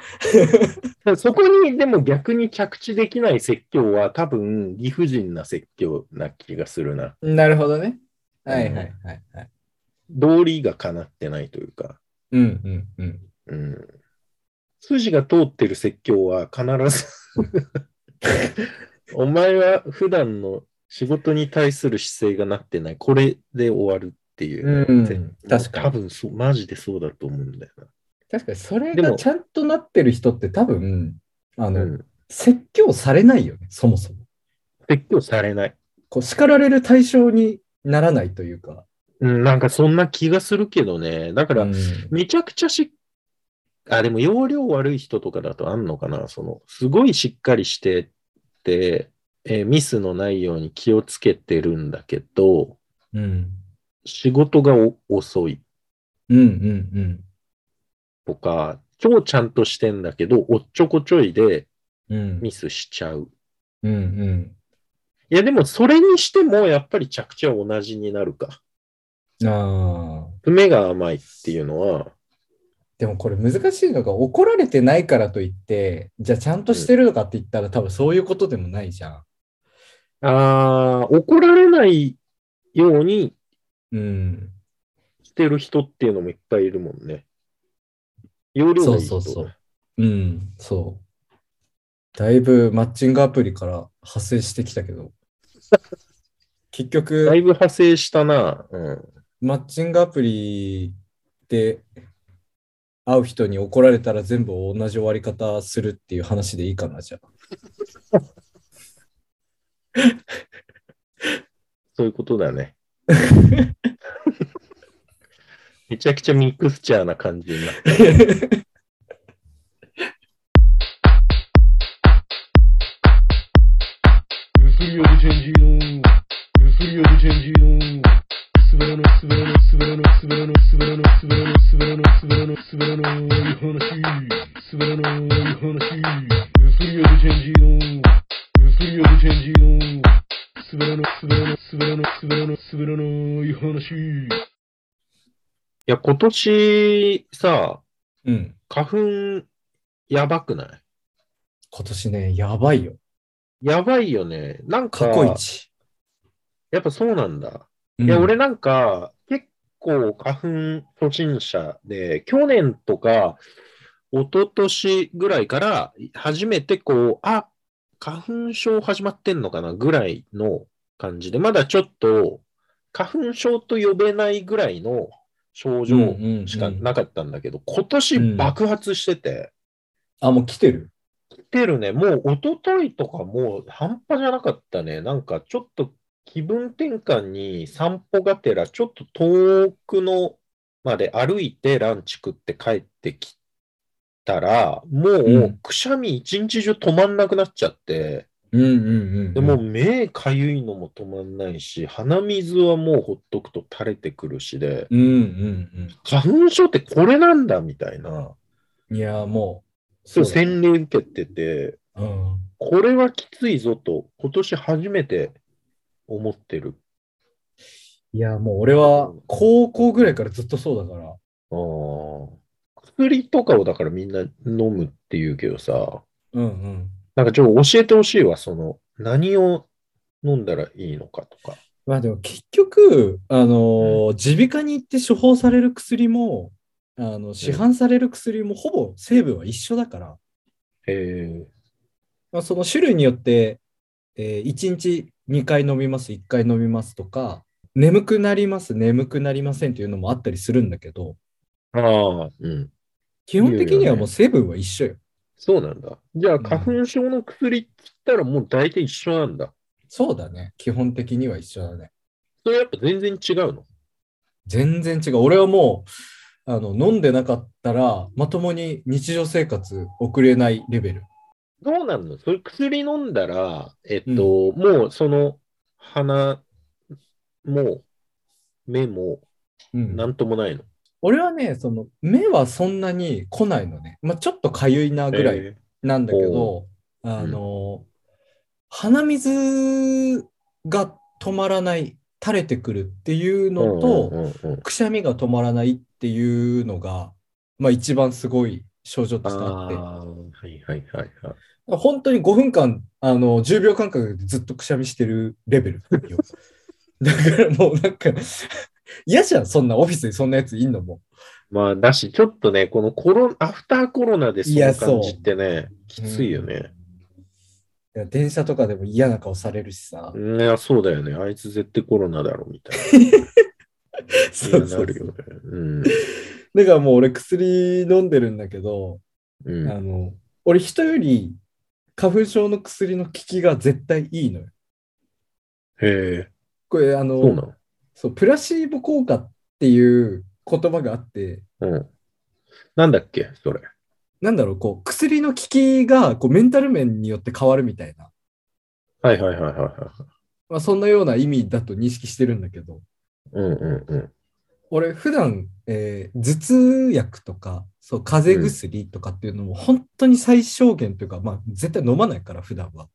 B: そこにでも逆に着地できない説教は多分理不尽な説教な気がするな。
C: なるほどね。はいはいはいはい。
B: 道理がかなってないというか。
C: うんうんうん。
B: うん、筋が通ってる説教は必 ずお前は普段の仕事に対する姿勢がなってない。これで終わるっていう。
C: うん、確か
B: 多
C: に。
B: 分そう、マジでそうだと思うんだよ
C: 確かに、それ
B: で
C: が
B: も
C: ちゃんとなってる人って多分、あ
B: な。
C: の、
B: うん。
C: 説教されないよね、そもそも。
B: 説教されない。
C: こう叱られる対象にならないというか。
B: うん、なんかそんな気がするけどね。だから、
C: うん
B: めちゃくちゃしあ、でも容量悪い人とかだとあんのかな。その、すごいしっかりしてって、えーミスのないように気をつけてるんだけど、
C: うん。
B: 仕事がお遅い
C: うんうん
B: とか、超ちゃんとしてんだけど、おっちょこちょいで
C: うん。うん
B: ミスしちゃう。
C: うんうん
B: いや、でもそれにしても、やっぱり着地は同じになるか。
C: ああ。
B: 目が甘いっていうのは、
C: でもこれ難しいのが怒られてないからといって、じゃあちゃんとしてるのかって言ったら多分そういうことでもないじゃ
B: ああ、怒られないように
C: ん。うん。
B: してる人っていうのもいっぱいいるもんね。容量がいい人
C: そうそうそううん、そう。だいぶマッチングアプリから派生してきたけど。結
B: だい
C: 局、
B: ぶ派生したな。うん。
C: マッチングアプリで会う人に怒られたら全部同じ終わり方するっていう話でいいかな、じゃあ。
B: そういうことだ ね。めちゃくちゃミクスチャーな感じになった。
D: ゆすりおぶチェンジのゆすりおぶチェンジのすべらないすべらないすべらないすべらないすべらないすべらないすべらないすべらないすべらない話すべらない話ゆすりおぶチェンジのゆすりおぶチェンジのすべらないすべらないすべらないすべらないすべらない話
B: いや、今年さ、
C: うん。
B: 花粉やばくない
C: 今年ね、やばいよ。
B: やばいよね。なんか
C: 過、去一。
B: やっぱそうなんだ。
C: い
B: いや、俺、なんか、結構花粉初心者で、去年とか、一昨年ぐらいから、初めてこう、あ、花粉症始まってんのかなぐらいの感じで、まだちょっと、花粉症と呼べないぐらいの症状しか
C: うんうんうん
B: なかったんだけど、今年爆発してて、
C: あ、もう来てる。
B: 来てるね、もう一昨日とかもう半端じゃなかったね。なんかちょっと気分転換に散歩がてら、ちょっと遠くのまで歩いてランチ食って帰ってきたら、も
C: うん
B: うくしゃみ一日中止まんなくなっちゃって、
C: うんうんうん。
B: でもう、目かゆいのも止まんないし、鼻水はもうほっとくと垂れてくるしで、
C: うんうん
B: 花粉症ってこれなんだみたいな、
C: うん。いや、もう、
B: そう
C: だね
B: 洗礼受けてて、
C: うん。
B: これはきついぞと、今年初めて思ってる。
C: いや、もう俺は高校ぐらいからずっとそうだから。
B: あー薬とかをだからみんな飲むって言うけどさ、
C: うんうん。
B: なんかちょっと教えてほしいわ、その、何を飲んだらいいのかとか。
C: まあでも結局、あのー耳鼻科に行って処方される薬も、あの市販される薬もほぼ成分は一緒だから、
B: え
C: まあ、その種類によって、え1日2回飲みます、1回飲みますとか、眠くなります、眠くなりませんっていうのもあったりするんだけど、
B: ー、ああ、うん。
C: 基本的にはもう成分は一緒よ。
B: そうなんだ。じゃあ、
C: ん
B: 花粉症の薬って言ったらもう大体一緒なんだ。
C: そうだね。基本的には一緒だね。
B: それやっぱ全然違うの。
C: 全然違う。俺はもう、あの、飲んでなかったら、まともに日常生活送れないレベル。
B: どうなんのそれ薬飲んだら、えっと、もうその鼻も目も
C: うん
B: なんともないの。
C: 俺はね、その、目はそんなに来ないのね。まあ、ちょっとかゆいなぐらいなんだけど、あの、鼻水が止まらない、垂れてくるっていうのと、
B: うんうんうんうん
C: くしゃみが止まらないっていうのが、まあ、一番すごい症状としてあって。
B: あーはいはいはいはい。
C: 本当に5分間、あの、10秒間隔でずっとくしゃみしてるレベル よ。だからもうなんか、嫌じゃん、そんなオフィスにそんなやついんのも。
B: まあ、だし、ちょっとね、このコロアフターコロナでそ
C: いや
B: の
C: そ
B: 感
C: う
B: じってね、きついよね。
C: いや電車とかでも嫌な顔されるしさ。
B: いや、そうだよね。あいつ絶対コロナだろ、みたい
C: そ
B: な。
C: うそう
B: なるよね。うん。
C: だからもう俺薬飲んでるんだけど、
B: うん、
C: あの、俺人より花粉症の薬の効きが絶対いいのよ。
B: へえ、
C: これあの、
B: そうなの
C: そう、プラシーボ効果っていう言葉があって、
B: うん。なんだっけ、それ。
C: なんだろう、こう、薬の効きがこうメンタル面によって変わるみたいな、
B: はいはいはいはいはい。
C: まあ、そんなような意味だと認識してるんだけど、
B: うんうんうん。
C: 俺、普段、えー頭痛薬とか、そう、風邪薬とかっていうのも、本当に最小限というか、まあ、絶対飲まないから、普段は。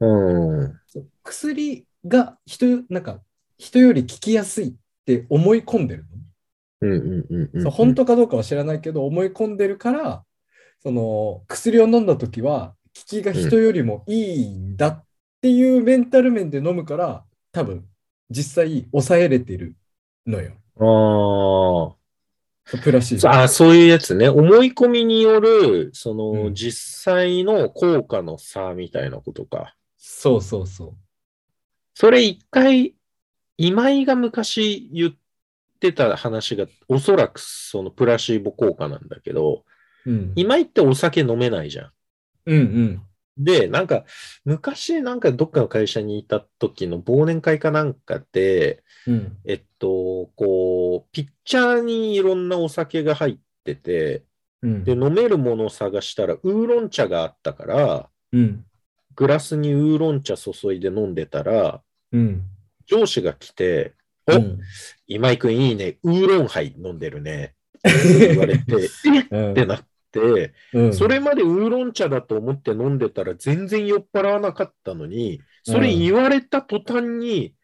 B: うん。
C: そう薬が人よ、なんか、人より効きやすいって思い込んでるの。
B: うんうんうんうん。
C: そう本当かどうかは知らないけど思い込んでるからその薬を飲んだ時は効きが人よりもいいんだっていうメンタル面で飲むから多分実際抑えれてるのよ
B: ああ。
C: そうプラシーボ
B: ああ、そういうやつね。思い込みによる、その、
C: うん
B: 実際の効果の差みたいなことか。
C: そうそうそ
B: それ一回、今井が昔言ってた話が、おそらくそのプラシーボ効果なんだけど、
C: う、うん、
B: 今井ってお酒飲めないじゃん。
C: うんうん
B: で、なんか、昔なんかどっかの会社にいた時の忘年会かなんかで、
C: うん
B: えっと、こう、ピッチャーにいろんなお酒が入ってて、
C: うん
B: で、飲めるものを探したら、ウーロン茶があったから、
C: うん
B: グラスにウーロン茶注いで飲んでたら、
C: うん
B: 上司が来て、お
C: うん
B: 今井くんいいね、ウーロンハイ飲んでるね、って言われ て、えっ
C: うん
B: てなって、
C: うん
B: それまでウーロン茶だと思って飲んでたら全然酔っ払わなかったのに、それ言われた途端に、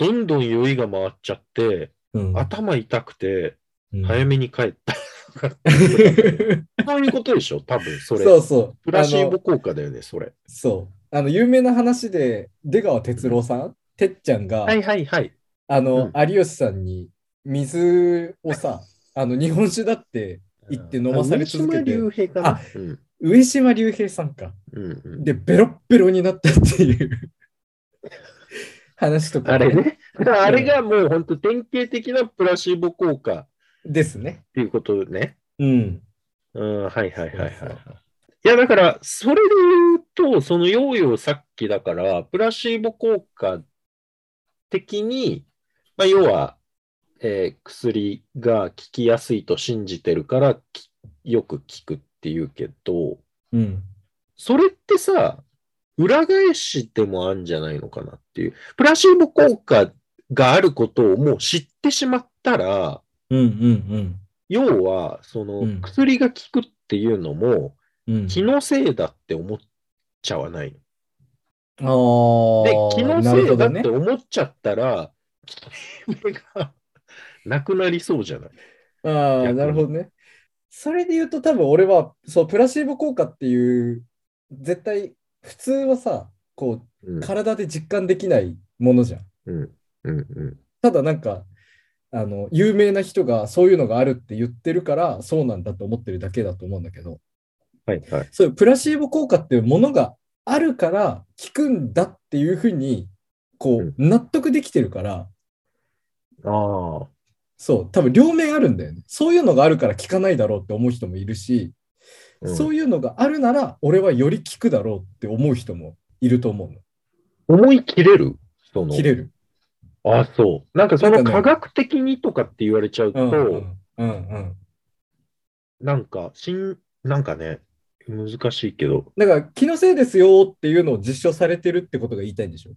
B: どんどん酔いが回っちゃって、
C: うん
B: 頭痛くて、
C: うん
B: 早 めに帰った。そういうことでしょ多分、それ。
C: そうそう
B: プラシー
C: あ
B: ボ
C: の
B: 効果だよね、それ。
C: そうあの有名な話で出川哲朗さんてっちゃんが、
B: はいはいはい。
C: あの、
B: う
C: 有吉さんに水をさ、 あの日本酒だって言って飲まされ続け
B: 上島
C: て、
B: 竜兵かな。
C: あ
B: うん。
C: 上島竜兵さんか。
B: うんうん、
C: で、ベロッベロになったっていう話とか、
B: あれね。だからあれがもう本当典型的なプラシーボ効果っ
C: ですね。
B: ていうことね。
C: うん。
B: うん、はいはいはいはい
C: そうそう。
B: いやだから、それで言うと、そのヨーヨーさっきだから、プラシーボ効果的に、まあ、要は、えー薬が効きやすいと信じてるから、きよく効くっていうけど、
C: うん。
B: それってさ、裏返しでもあるんじゃないのかなっていう。プラシーボ効果があることをもう知ってしまったら、
C: うんうん
B: 要は、そうの
C: ん
B: 薬が効くっていうのも、
C: うん。うん、
B: 気のせいだって思っちゃわないの。
C: あー
B: で、気の
C: なる
B: せ
C: ほ
B: いだ
C: ど
B: っ
C: ね
B: て。思っちゃったら、それがなくなりそうじゃない。
C: ああ、
B: 逆に
C: なるほどね。それで言うと、多分俺は、そう、プラシーボ効果っていう、絶対、普通はさ、こ
B: う
C: う、
B: ん。
C: 体で実感できないものじゃん。
B: うん。うん。うん。
C: ただなんかあの有名な人がそういうのがあるって言ってるからそうなんだと思ってるだけだと思うんだけど
B: はいはい。
C: そういうプラシーボ効果っていうものがあるから効くんだっていうふうにこう納得できてるから
B: ああ。
C: そう多分両面あるんだよねそういうのがあるから効かないだろうって思う人もいるし、
B: うん
C: そういうのがあるなら俺はより効くだろうって思う人もいると思うの
B: 思い切れるその。
C: 切れる。
B: あ、そう。なんかそ
C: な
B: の
C: んかね
B: 科学的にとかって言われちゃうと、
C: うんうんうんうん
B: なんか、しん、なんかね、難しいけど。
C: だから気のせいですよっていうのを実証されてるってことが言いたいんでしょ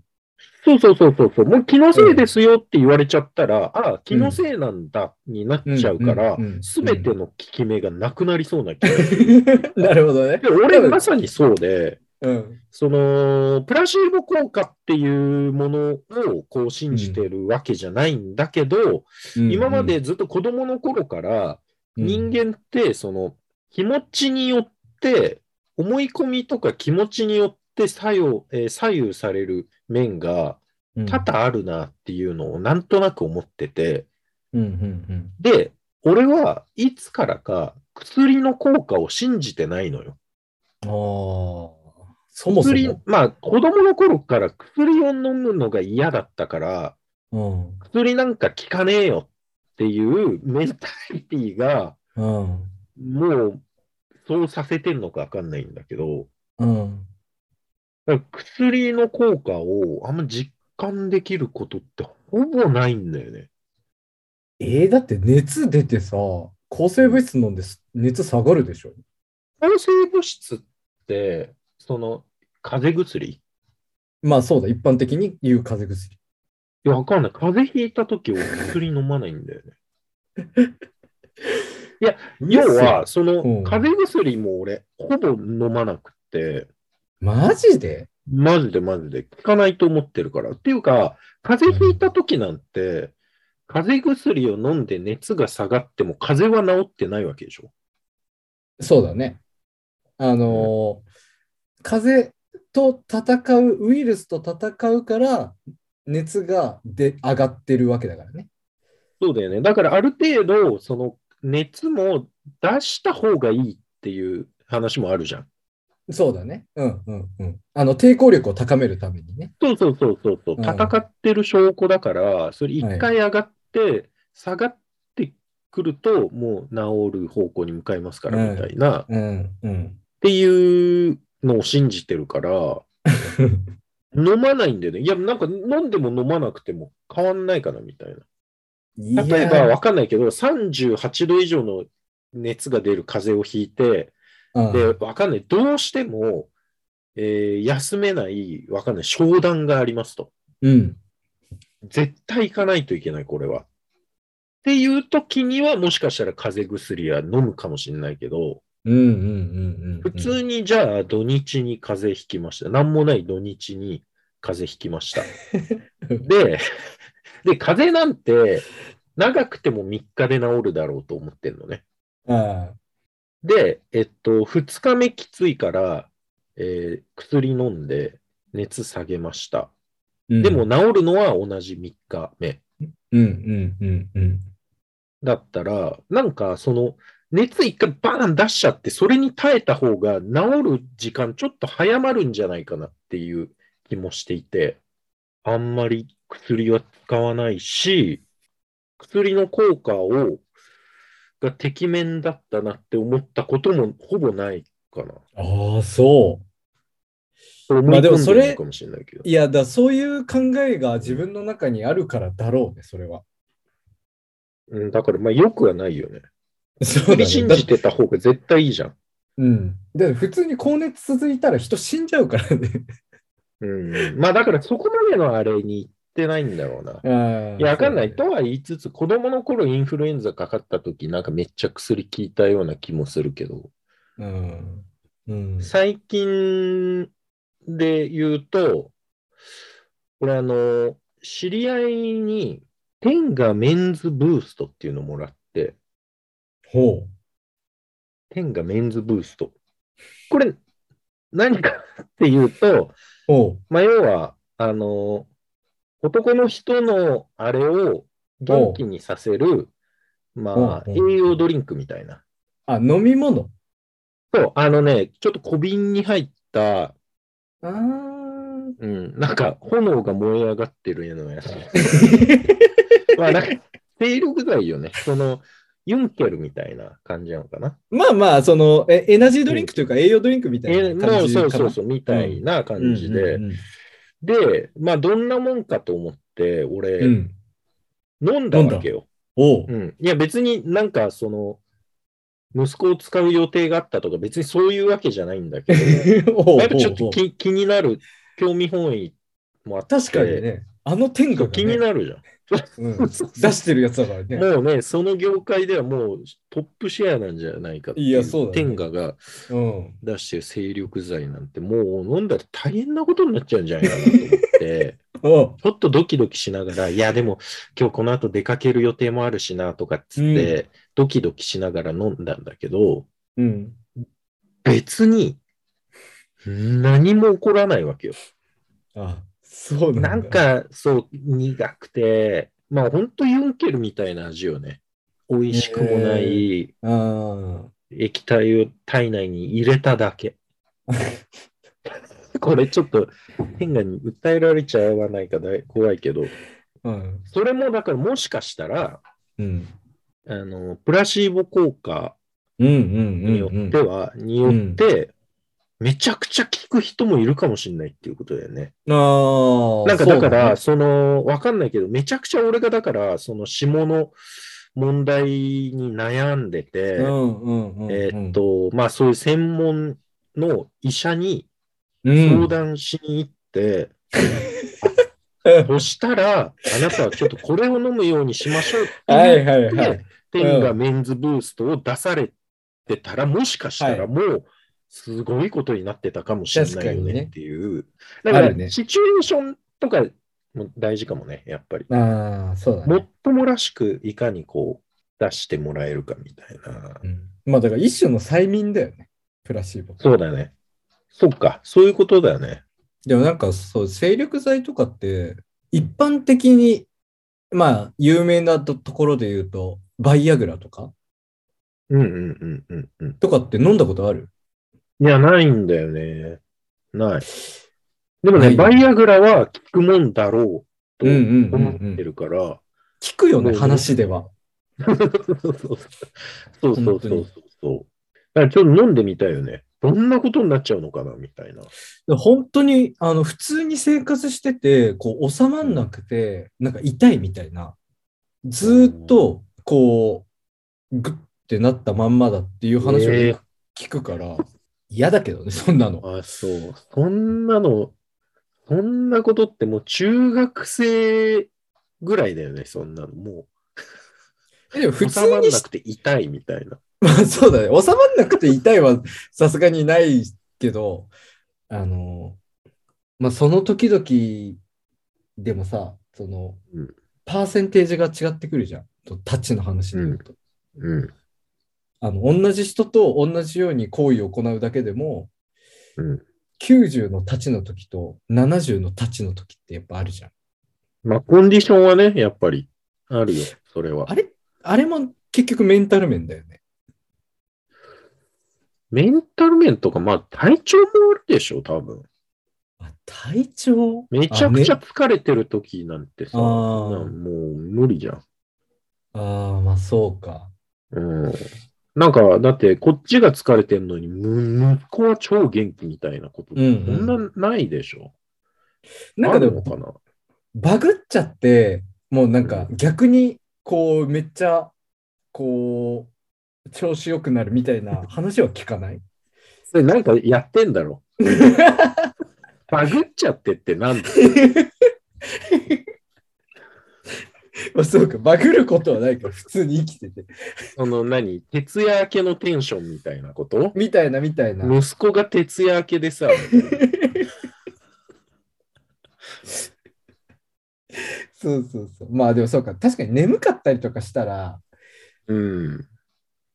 B: そうそうそうそうそう。もう気のせいですよって言われちゃったら、ああ、気のせいなんだになっちゃうから
C: うんうんうんうん、
B: すべての効き目がなくなりそうな気がする。
C: なるほどね
B: で。俺、まさにそうで、
C: うん。
B: その、プラシーボ効果っていうものをこう信じてるわけじゃないんだけど、今までずっと子供の頃から、人間ってその気持ちによって思い込みとか気持ちによって作用、えー左右される面が
C: 間
B: 多々あるなっていうのをなんとなく思ってて
C: うんうん
B: で俺はいつからか薬の効果を信じてないのよ。
C: ああ、そもそ
B: 薬
C: も。、
B: まあ子供の頃から薬を飲むのが嫌だったから、
C: うん。
B: 薬なんか効かねえよっていうメンタリティが、
C: うん。
B: もうそうさせてんのかわかんないんだけど、
C: うん。
B: だから薬の効果をあんま実感できることってほぼないんだよね。
C: えー、だって熱出てさ、抗生物質飲んです熱下がるでしょ。
B: 抗生物質って、その、風邪薬
C: まあそうだ、一般的に言う風邪薬。
B: いや、わかんない。風邪ひいた時は薬飲まないんだよね。要は、、そ
C: うん
B: の、風邪薬も俺、ほぼ飲まなくて、
C: マジで
B: マジでマジで効かないと思ってるから。っていうか、風邪ひいた時なんて、風邪薬を飲んで熱が下がっても風邪は治ってないわけでしょ。
C: そうだね。あのー風邪と戦う、ウイルスと戦うから、熱がで上がってるわけだからね。
B: そうだよね。だからある程度、その熱も出した方がいいっていう話もあるじゃん。
C: そうだね。うんうんうん。あの、抵抗力を高めるためにね。
B: そうそうそうそうそう。
C: うん
B: 戦ってる証拠だから、それ一回上がって、下がってくると、もう治る方向に向かいますからみたいな、っ
C: うんうん。
B: ていうのを信じてる から、飲まないんだよね。いや、なんか飲んでも飲まなくても変わんないかなみたい
C: い
B: な。
C: や
B: 例えば、わかんないけど、38度以上の熱が出る風邪をひいて、
C: うん
B: で、わかんない。どうしても、えー休めない、わかんない。商談がありますと。
C: うん。
B: 絶対行かないといけない、これは。っていう時には、もしかしたら風邪薬は飲むかもしれないけど、
C: うんうんうんうん。
B: 普通にじゃあ土日に風邪ひきました。なんもない土日に風邪ひきま した。で、で、風邪なんて長くても3日で治るだろうと思ってんのね。
C: あ
B: で、えっと、2日目きついから、えー薬飲んで熱下げました。
C: ー
B: でも、治るのは同じ3日目
C: うんうんうんうん。
B: だったら、なんかその熱一回バーン出しちゃって、それに耐えた方が治る時間ちょっと早まるんじゃないかなっていう気もしていて、あんまり薬は使わないし、薬の効果を、がてきめんだったなって思ったこともほぼないかな。
C: ああ、そう。
B: ま
C: あでもそれ
B: かもしれないけど。
C: いや、だそういう考えが自分の中にあるからだろうね、それは。
B: うん、だから、まあ、よくはないよね。
C: そう
B: 振り信じてた方が絶対いいじゃん。
C: うん。で、普通に高熱続いたら人死んじゃうからね。
B: うん。まあ、だから、そこまでのあれに行ってないんだろうな。い
C: い
B: や、わかんない。とは言いつつ、子供の頃インフルエンザかかった時、なんかめっちゃ薬効いたような気もするけど、
C: うん。うん。
B: 最近で言うと、俺、あの、知り合いに、テンガメンズブーストっていうのもらって、
C: ほ
B: テンガメンズブースト。これ、何かっていうと、
C: う。ほ
B: まあ、要は、あの、男の人のあれを元気にさせる、まあ、
C: おうおう
B: 栄養ドリンクみたいな。
C: う。あ、飲み物。
B: そう、あのね、ちょっと小瓶に入った、
C: ああ。
B: うん、なんか炎が燃え上がってるような やつ。まあ、なんか、精力剤よね。その、ユンケルみたいな感じなのかな。
C: まあまあ、その、え、エナジードリンクというか、栄養ドリンクみたい
B: え
C: な
B: も
C: 感
B: う
C: じか
B: そ
C: な。
B: うそうそう、みたいな感じで。
C: うんうん
B: で、まあ、どんなもんかと思って、俺、
C: うん。うん。
B: 飲んだわけよ。
C: おう
B: う。ん。いや、別になんか、その、息子を使う予定があったとか、別にそういうわけじゃないん だけ
C: お
B: ど、
C: う
B: やっぱちょっ
C: お
B: と
C: う
B: 気気になる、興味本位もあって、
C: 確かにね、あの天
B: そ
C: 下
B: う気に
C: る。
B: なるじゃん。
C: うん出してるやつだからね。
B: もうね、その業界ではもうトップシェアなんじゃないかって
C: いやそうだね
B: 天下が
C: うん。
B: 出してる精力剤なんて、もう飲んだら大変なことになっちゃうんじゃないかなと思 って。
C: おう
B: ちょっとドキドキしながら、いや、でも今日この後出かける予定もあるしなとかっつって、ドキドキしながら飲んだんだけど、
C: うん。
B: 別に何も起こらないわけよ。
C: あ、そうな
B: なんん
C: だ。
B: かそう苦くて、まあ本当ユンケルみたいな味よね。美味しくもない
C: ああ。
B: 液体を体内に入れただけ。これちょっと変なに訴えられちゃわないかだい怖いけど、
C: うん。
B: それもだからもしかしたら、
C: うん。
B: あの、プラシーボ効果
C: うんうん
B: によ
C: うん
B: っては、によって、めちゃくちゃ効く人もいるかもしれないっていうことだよね。
C: うん。あ
B: な
C: あ。
B: んかだから、
C: そ
B: その、わかんないけど、めちゃくちゃ俺がだから、その下の問題に悩んでて、
C: うだね、うんうんうんうん。
B: えーっ、と、まあそういう専門の医者に
C: うん
B: 相、談しに行って、そしたら、あなたはちょっとこれを飲むようにしましょうって
C: は
B: 言
C: い
B: っ
C: はい
B: て、
C: はい。
B: ペンがメンズブーストを出されてたら、もしかした
C: はい
B: らもう、すごいことになってたかもしれないよ
C: 確かにね
B: ねっていう。だか
C: あ
B: ら、
C: るね
B: シチュエーションとかも大事かもね、やっぱり。
C: ああ、そうだ
B: も
C: ね
B: っ。ともらしく、いかにこう、出してもらえるかみたいな
C: う。ん、まあだから一種の催眠だよね。プラシーボ。
B: そうだね。そっか、そういうことだよね。
C: でもなんかそう、精力剤とかって、一般的に、まあ、有名なとところで言うと、バイアグラとか
B: うんうんうんうんうん。
C: とかって飲んだことある
B: いや、ないんだよね。ない。でもね、
C: な
B: バ
C: い
B: イアグラは効くもんだろうと
C: うんうんうんうん
B: 思ってるから、
C: 聞くよね、
B: うん
C: 話では。
B: そうそうそうそ
C: 本
B: う
C: 当
B: そ
C: に
B: うそう。だからちょっと飲んでみたいよね。どんなことになっちゃうのかなみたいな。
C: 本当に、あの、普通に生活してて、こう、収まんなくて、なんか痛いみたいな。ずーっと、こう、グッてなったまんまだっていう話を
B: ええ
C: 聞くから、嫌だけどね、そんなの。
B: あ、そう。そんなの、そんなことってもう中学生ぐらいだよね、そんなの。も
C: でも
B: う、
C: 普
B: 収ま
C: 通
B: ん
C: に
B: な
C: し
B: くて痛いみたいな。
C: まあ そうだね。収まんなくて痛いはさすがにないけど、あの、まあその時々でもさ、その
B: うん、
C: パーセンテージが違ってくるじゃん。とタッチの話で言うと。
B: うん。
C: あの、同じ人と同じように行為を行うだけでも、
B: うん
C: 90のタッチの時と70のタッチの時ってやっぱあるじゃん。
B: まあ、コンディションはね、やっぱり、あるよ、それは
C: あ。れ、あれも結局メンタル面だよね。
B: メンタル面とか、まあ、体調もあるでしょ、多分。
C: あ体調
B: めちゃくちゃ
C: あね
B: 疲れてる時なんてさ、
C: あー
B: そんなんもう無理じゃん。
C: ああ、まあそうか。
B: うん。なんか、だって、こっちが疲れてんのに、む向こうは超元気みたいなこと、
C: うんうん
B: そんなないでしょ。
C: なんかで
B: ある
C: も
B: の、かな
C: バグっちゃって、もうなんか逆にこうめっちゃこう調子良くなるみたいな 話は聞かない
B: それなんかやってんだ ろ。バグっちゃってってなんだ
C: まあそうか、バグることはないから普通に生きてて。
B: その何徹夜明けのテンションみたいなこと
C: みたいなみたいな。
B: 息子が徹夜明けでさ、
C: そうそうそう。まあでもそうか、確かに眠かったりとかしたら、
B: うん。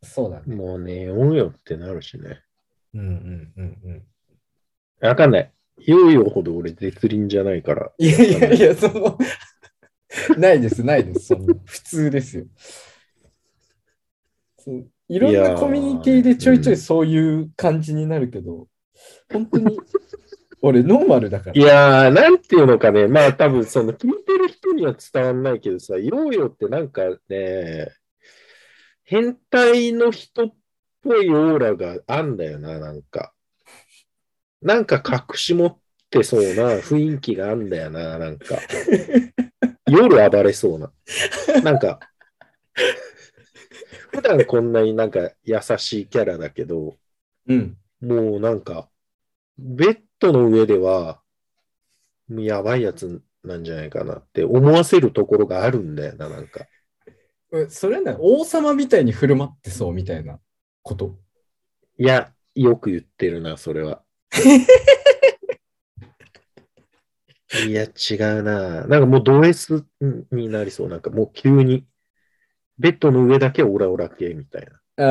C: そうだね。
B: もう寝ようよってなるしね。
C: うんうんうんうん。
B: わかんない。ようようほど俺絶倫じゃないから。
C: いやいやいや、その、ないです、ないです、その、普通ですよ。そういろん
B: い
C: な
B: やー
C: コミュニティでちょいちょいそういう感じになるけど、本当に、俺、ノーマルだか
B: い
C: ら。
B: やー、なんていうのかね。まあ多分その聞いてる人には伝わんないけどさ、ようよってなんかね、変態の人っぽいオーラがあんだよな、なんか。なんか隠し持ってそうな雰囲気があんだよな、なんか。夜暴れそうな。なんか、普段こんなになんか優しいキャラだけど、
C: うん。
B: もうなんか、ベッドの上では、もうやばいやつなんじゃないかなって思わせるところがあるんだよな、なんか。
C: えそれはね、王様みたいに振る舞ってそうみたいなこと。
B: いや、よく言ってるな、それ は。いや、違うな。なんかもうド S になりそう。なんかもう急に、ベッドの上だけオラオラ系みたいな。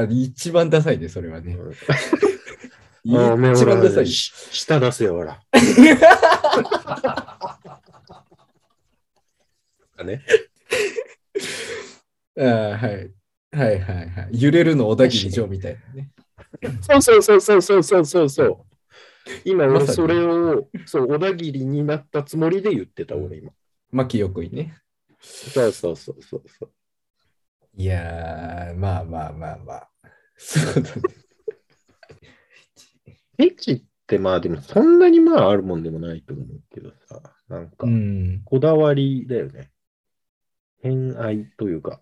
C: ああ、一番ダサいね、それは
B: う
C: ね。
B: ん
C: 一
B: あおめえほ
C: 番ダサ
B: ら、
C: い。
B: し舌出せよ、ほ ら。ね、
C: あーはい。はいはいはい。揺れるの小田切城みたいなね。
B: そうそうそうそうそうそうそうそう。今
C: まさ
B: 俺そ
C: に
B: れを、そう、小田切になったつもりで言ってた俺今。
C: 牧横井ね。
B: そうそうそうそうそう。
C: いやー、まあまあまあまあ。そうだね。
B: ペチってまあでもそんなにまああるもんでもないと思うけどさ、なんか
C: うん。
B: こだわりだよね。偏愛というか、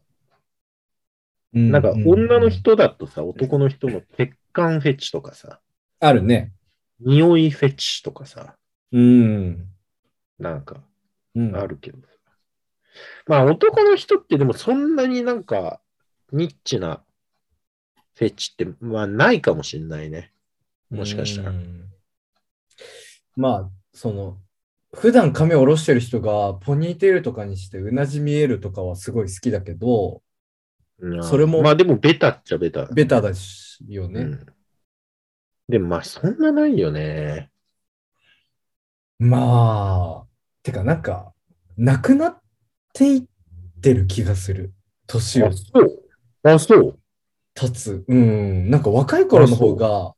B: なんか女の人だとさ、男の人の血管フェチとかさ、
C: あるね。
B: 匂いフェチとかさ、
C: うん。
B: なんか
C: うん、
B: あるけどさ。まあ男の人ってでもそんなになんかニッチなフェチってまあないかもしんないね。もしかしたら
C: うんまあ、その、普段髪下ろしてる人がポニーテールとかにしてうなじ見えるとかはすごい好きだけど、
B: うん
C: それも
B: まあでもベタっちゃベタだね。
C: ベタだしよ
B: う
C: ね。
B: んでもまあそんなないよね。
C: まあ、てかなんか、なくなっていってる気がする。年を
B: あ、そう。あ、そう。
C: 経つ。うん。なんか若い頃の方が、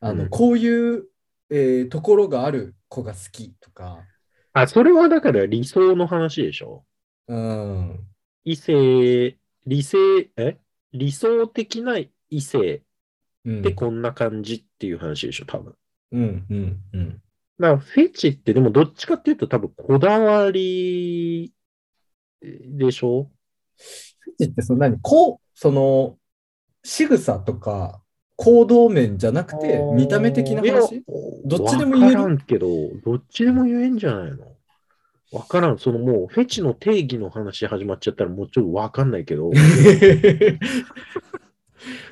C: あ
B: う
C: の、
B: ん
C: こういう、えーところがある子が好きとか、
B: あ、それはだから理想の話でしょ。
C: うん。
B: 異性、理性、え理想的な異性
C: うん
B: ってこんな感じっていう話でしょ、多分。
C: うんうんうん。
B: だからフェチってでもどっちかっていうと多分こだわりでしょ
C: フェチってその何こう、その、仕草とか行動面じゃなくて、見た目的ない
B: や
C: 話どっちでも言え
B: わ
C: る
B: からんけど、どっちでも言えんじゃないのわからん。そのもうフェチの定義の話始まっちゃったらもうちょっとわかんないけ ど。で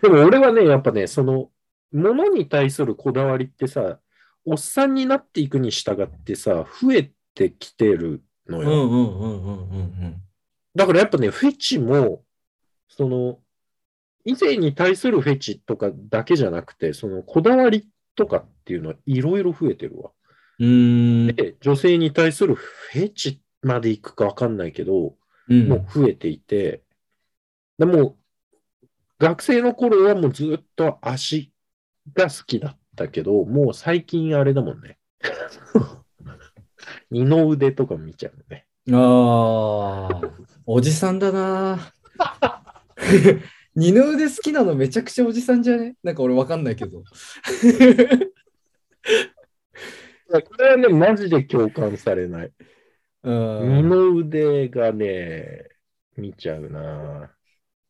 B: も俺はね、やっぱね、その、ものに対するこだわりってさ、おっさんになっていくに従ってさ、増えてきてる の
C: うん
B: よ。
C: うんうんうんうん
B: だからやっぱね、フェチも、その、以前に対するフェチとかだけじゃなくて、そのこだわりとかっていうのはいろいろ増えてるわ。
C: うん。うーん。
B: で、女性に対するフェチまでいくかわかんないけど、
C: うん
B: もう増えていて、でも学生の頃はもうずっと足が好きだったけど、もう最近あれだもんね。 二の腕とか見ちゃうね。
C: ああ、おじさんだな。 二の腕好きなのめちゃくちゃおじさんじゃねなんか俺わかんないけど。
B: これはね、マジで共感されない。
C: う
B: 二
C: ん。
B: の腕がね、見ちゃうな。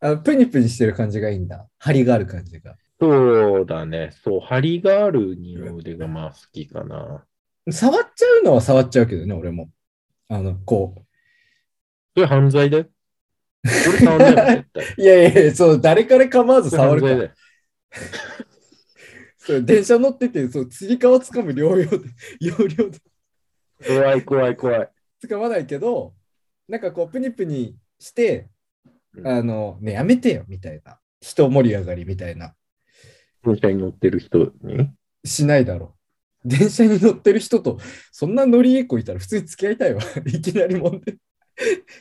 C: あ、プニプニしてる感じがいいんだ。張りがある感じが。
B: そうだね。そう、張りがある二の腕がまあ好きかな。
C: 触っちゃうのは触っちゃうけどね、俺も。あの、こ
B: それ犯罪だよ。俺触んないも ん、絶対。
C: う。いやいやいや、そう、誰から構わず触る
B: それ犯罪だ
C: から。
B: よ
C: そう電車乗ってて、そう、つり革つかむ両用で、 要領で
B: 怖い怖い怖い。
C: つかまないけど、なんかこう、プニプニして、
B: うん
C: あの、ね、やめてよ、みたいな。人盛り上がりみたいな。
B: 電車に乗ってる人に
C: しないだろう。電車に乗ってる人と、そんな乗りいい子いたら普通に付き合いたいわ。 いきなりもんで。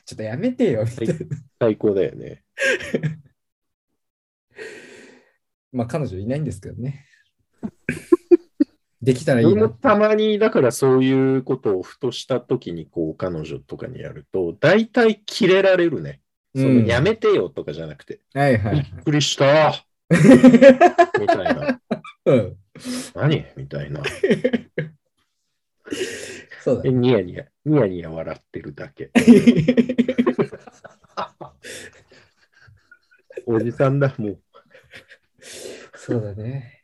C: ちょっとやめてよ、みたいな。
B: 最高だよね。
C: まあ、彼女いないんですけど ね。できたらいい
B: 俺も
C: な。
B: たまに、だからそういうことをふとした時に、こう、彼女とかにやると、大体キレられるね。その、
C: うん
B: やめてよとかじゃなくて、
C: はいは
B: び
C: い。
B: っくり したみたいな。
C: うん。
B: 何みたいな。
C: そうだ
B: え
C: ね。
B: ニヤニヤ、ニヤニヤ笑ってるだけ。おじさんだ、もう。
C: そうだね。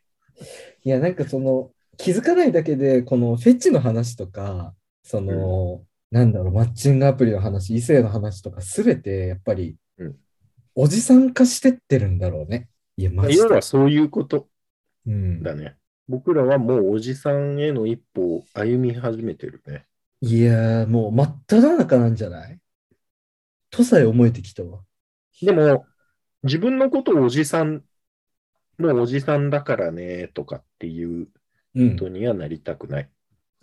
C: いや、なんかその、気づかないだけで、このフェチの話とか、その、なんだろう、マッチングアプリの話、異性の話とか、すべて、やっぱり
B: うん、
C: おじさん化してってるんだろうね。いや、マジ
B: 要
C: で
B: は。そういうこと
C: うん
B: だね。僕らはもうおじさんへの一歩を歩み始めてるね。
C: いやー、もう真っ只中なんじゃないとさえ思えてきたわ。
B: でも、自分のことをおじさん、もうおじさんだからね、とかっていう
C: うん
B: 人にはなりたくない。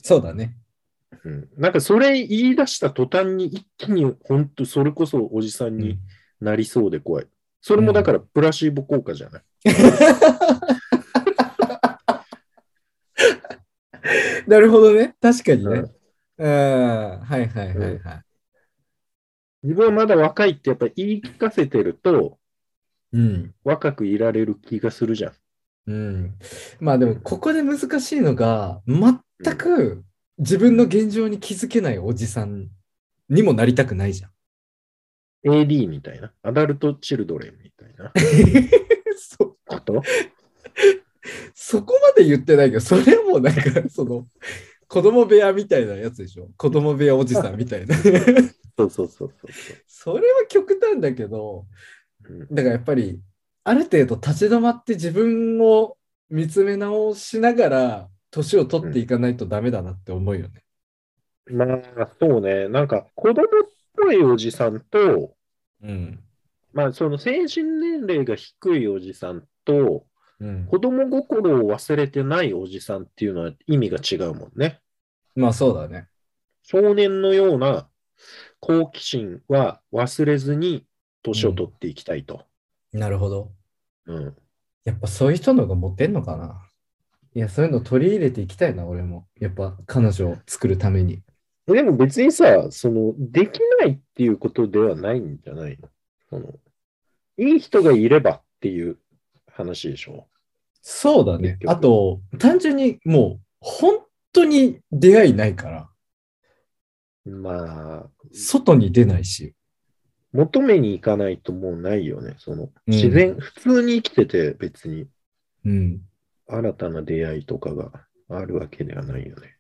C: そうだね。
B: うん、なんかそれ言い出した途端に一気に、本当それこそおじさんになりそうで怖い。それもだからプラシーボ効果じゃない。
C: なるほどね。確かにね。
B: うん
C: うん。はいはいはいはい。
B: 自分はまだ若いってやっぱり言い聞かせてると
C: うん。
B: 若くいられる気がするじゃん。
C: うん。まあでも、ここで難しいのが、全く自分の現状に気づけないおじさんにもなりたくないじゃん。
B: AD みたいな。アダルトチルドレンみたいな
C: そ
B: こと。
C: そこまで言ってないけど、それはもうなんか、その、子供部屋みたいなやつでしょ。子供部屋おじさんみたいな。
B: そうそうそうそう
C: それは極端だけど、
B: そう。うん
C: だからやっぱり、ある程度立ち止まって自分を見つめ直しながら、年を取っていかないとダメだなって思うよね。
B: まあ、そうね。なんか、子供っぽいおじさんと、
C: うん。
B: まあ、その精神年齢が低いおじさんと、
C: うん。
B: 子供心を忘れてないおじさんっていうのは意味が違うもんね。
C: まあそうだね。
B: 少年のような好奇心は忘れずに年を取っていきたいと。
C: なるほど。
B: うん。
C: やっぱそういう人の方がモテんのかないや、そういうの取り入れていきたいな、俺も。やっぱ彼女を作るために。
B: でも別にさ、その、できないっていうことではないんじゃないのその、いい人がいればっていう話でしょ。
C: そうだね
B: 結。局
C: あと、単純にもう、本当に出会いないから、
B: まあ、
C: 外に出ないし。
B: 求めに行かないともうないよね。その、
C: うん
B: 自然、普通に生きてて別に
C: うん。
B: 新たな出会いとかがあるわけではないよね。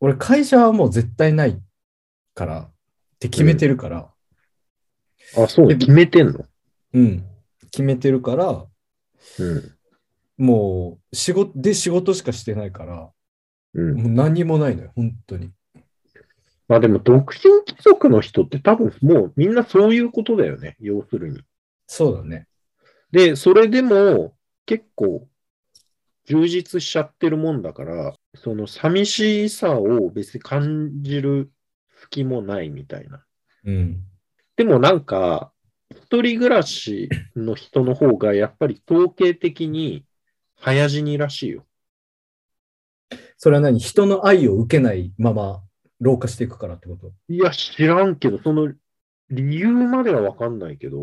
C: 俺、会社はもう絶対ないから、って決めてるから、
B: あ、そう、
C: え
B: 決めてんの
C: うん。決めてるから、
B: うん。
C: もう、仕事、で仕事しかしてないから、も
B: う。
C: うん何にもないのよ、本当に。
B: まあでも、独身貴族の人って多分もうみんなそういうことだよね。要するに。
C: そうだね。
B: で、それでも結構充実しちゃってるもんだから、その寂しさを別に感じる隙もないみたいな。
C: うん。
B: でもなんか、一人暮らしの人の方がやっぱり統計的に早死にらしいよ。
C: それは何人の愛を受けないまま老化していくからってこと
B: いや、知らんけど、その理由まではわかんないけど、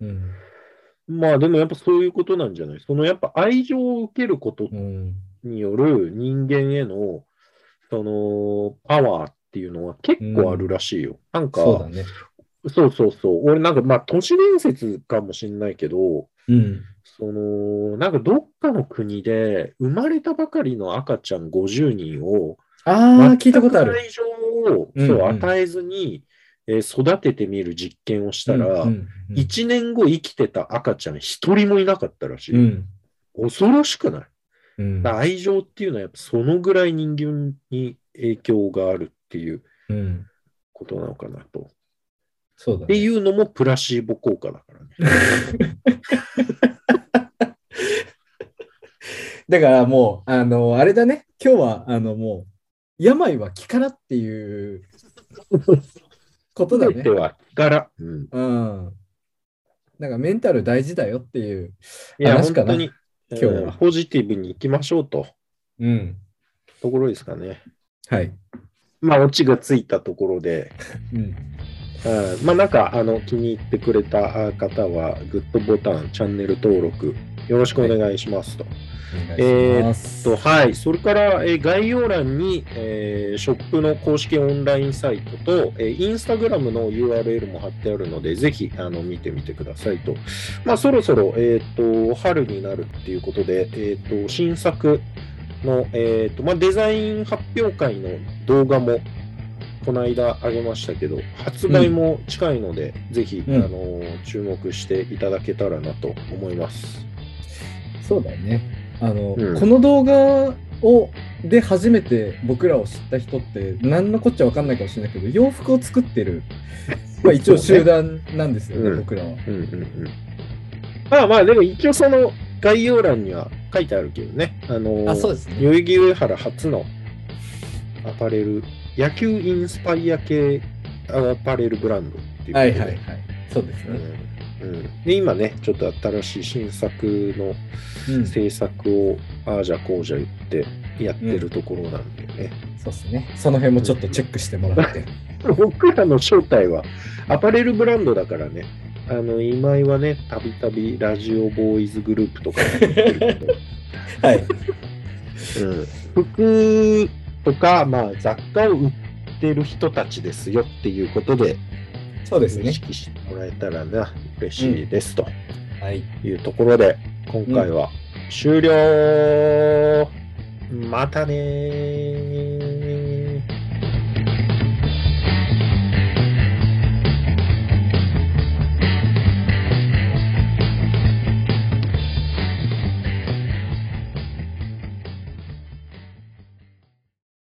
C: うん。
B: まあでもやっぱそういうことなんじゃないそのやっぱ愛情を受けること
C: うん。
B: による人間への、その、パワーっていうのは結構あるらしいよ。なんか、
C: そうだね。
B: そうそうそう。俺なんか、まあ、都市伝説かもしんないけど、
C: うん。
B: その、なんかどっかの国で生まれたばかりの赤ちゃん50人を、
C: ああ、聞いたことある。
B: 愛情を、
C: うん
B: そう
C: うん
B: 与えずに、えー育ててみる実験をしたら、
C: うんうん
B: 1年後生きてた赤ちゃん一人もいなかったらしい。
C: うん。
B: 恐ろしくない
C: うん
B: だから愛情っていうのはやっぱそのぐらい人間に影響があるっていう
C: うん。
B: ことなのかなと。
C: そうだ
B: って
C: ね。
B: いうのもプラシーボ効果だからね。
C: だからもう、あの、あれだね。今日は、あの、もう、病は気からっていうことだ
B: 全
C: ね
B: て。は気から。うん、
C: うん。なんかメンタル大事だよっていう。
B: いや、
C: 話
B: 本
C: かな
B: 当に
C: 今日は
B: うんポジティブに行きましょうと。
C: うん。
B: ところですかね。
C: はい。
B: まあ、オチがついたところで、
C: うん。
B: うん、まあ、なんか、あの、気に入ってくれたあ方は、グッドボタン、チャンネル登録、よろしくお願いしますと。
C: お願いします。
B: とはい、それから、えー概要欄に、えーショップの公式オンラインサイトと、えーインスタグラムの URL も貼ってあるので、ぜひあの見てみてくださいと。まあ、そろそろ、えー、と春になるっていうことで、えー、と新作の、えーとまあ、デザイン発表会の動画もこの間あげましたけど、発売も近いので、ぜひ、
C: うん
B: あの注目していただけたらなと思います。
C: そうだね。あの、
B: うん
C: この動画をで初めて僕らを知った人って何のこっちゃわかんないかもしれないけど洋服を作って る、まあ、一応集団なんですよね
B: うん
C: 僕らは。
B: うんうんうん。まあまあ、でも一応その概要欄には書いてあるけどね。あの
C: あそうです
B: 代
C: ね。
B: 々木上原初のアパレル、野球インスパイア系アパレルブランドっていうことで
C: はいはいはい。そうです
B: う
C: ね。
B: んうん、で、今ね、ちょっと新しい新作の
C: うん、そう
B: 制作を、ああじゃこうじゃ言ってやってるところなんだよね。
C: ですね。その辺もちょっとチェックしてもら って。
B: 僕らの正体はアパレルブランドだからね。あの、今井はね、たびたびラジオボーイズグループとか、
C: はい。
B: うん、服とか、まあ、雑貨を売ってる人たちですよっていうことで、
C: そうです
B: 意
C: ね。
B: 識してもらえたらな、嬉しいですと
C: はい。
B: いうところで、今回は終了、またねー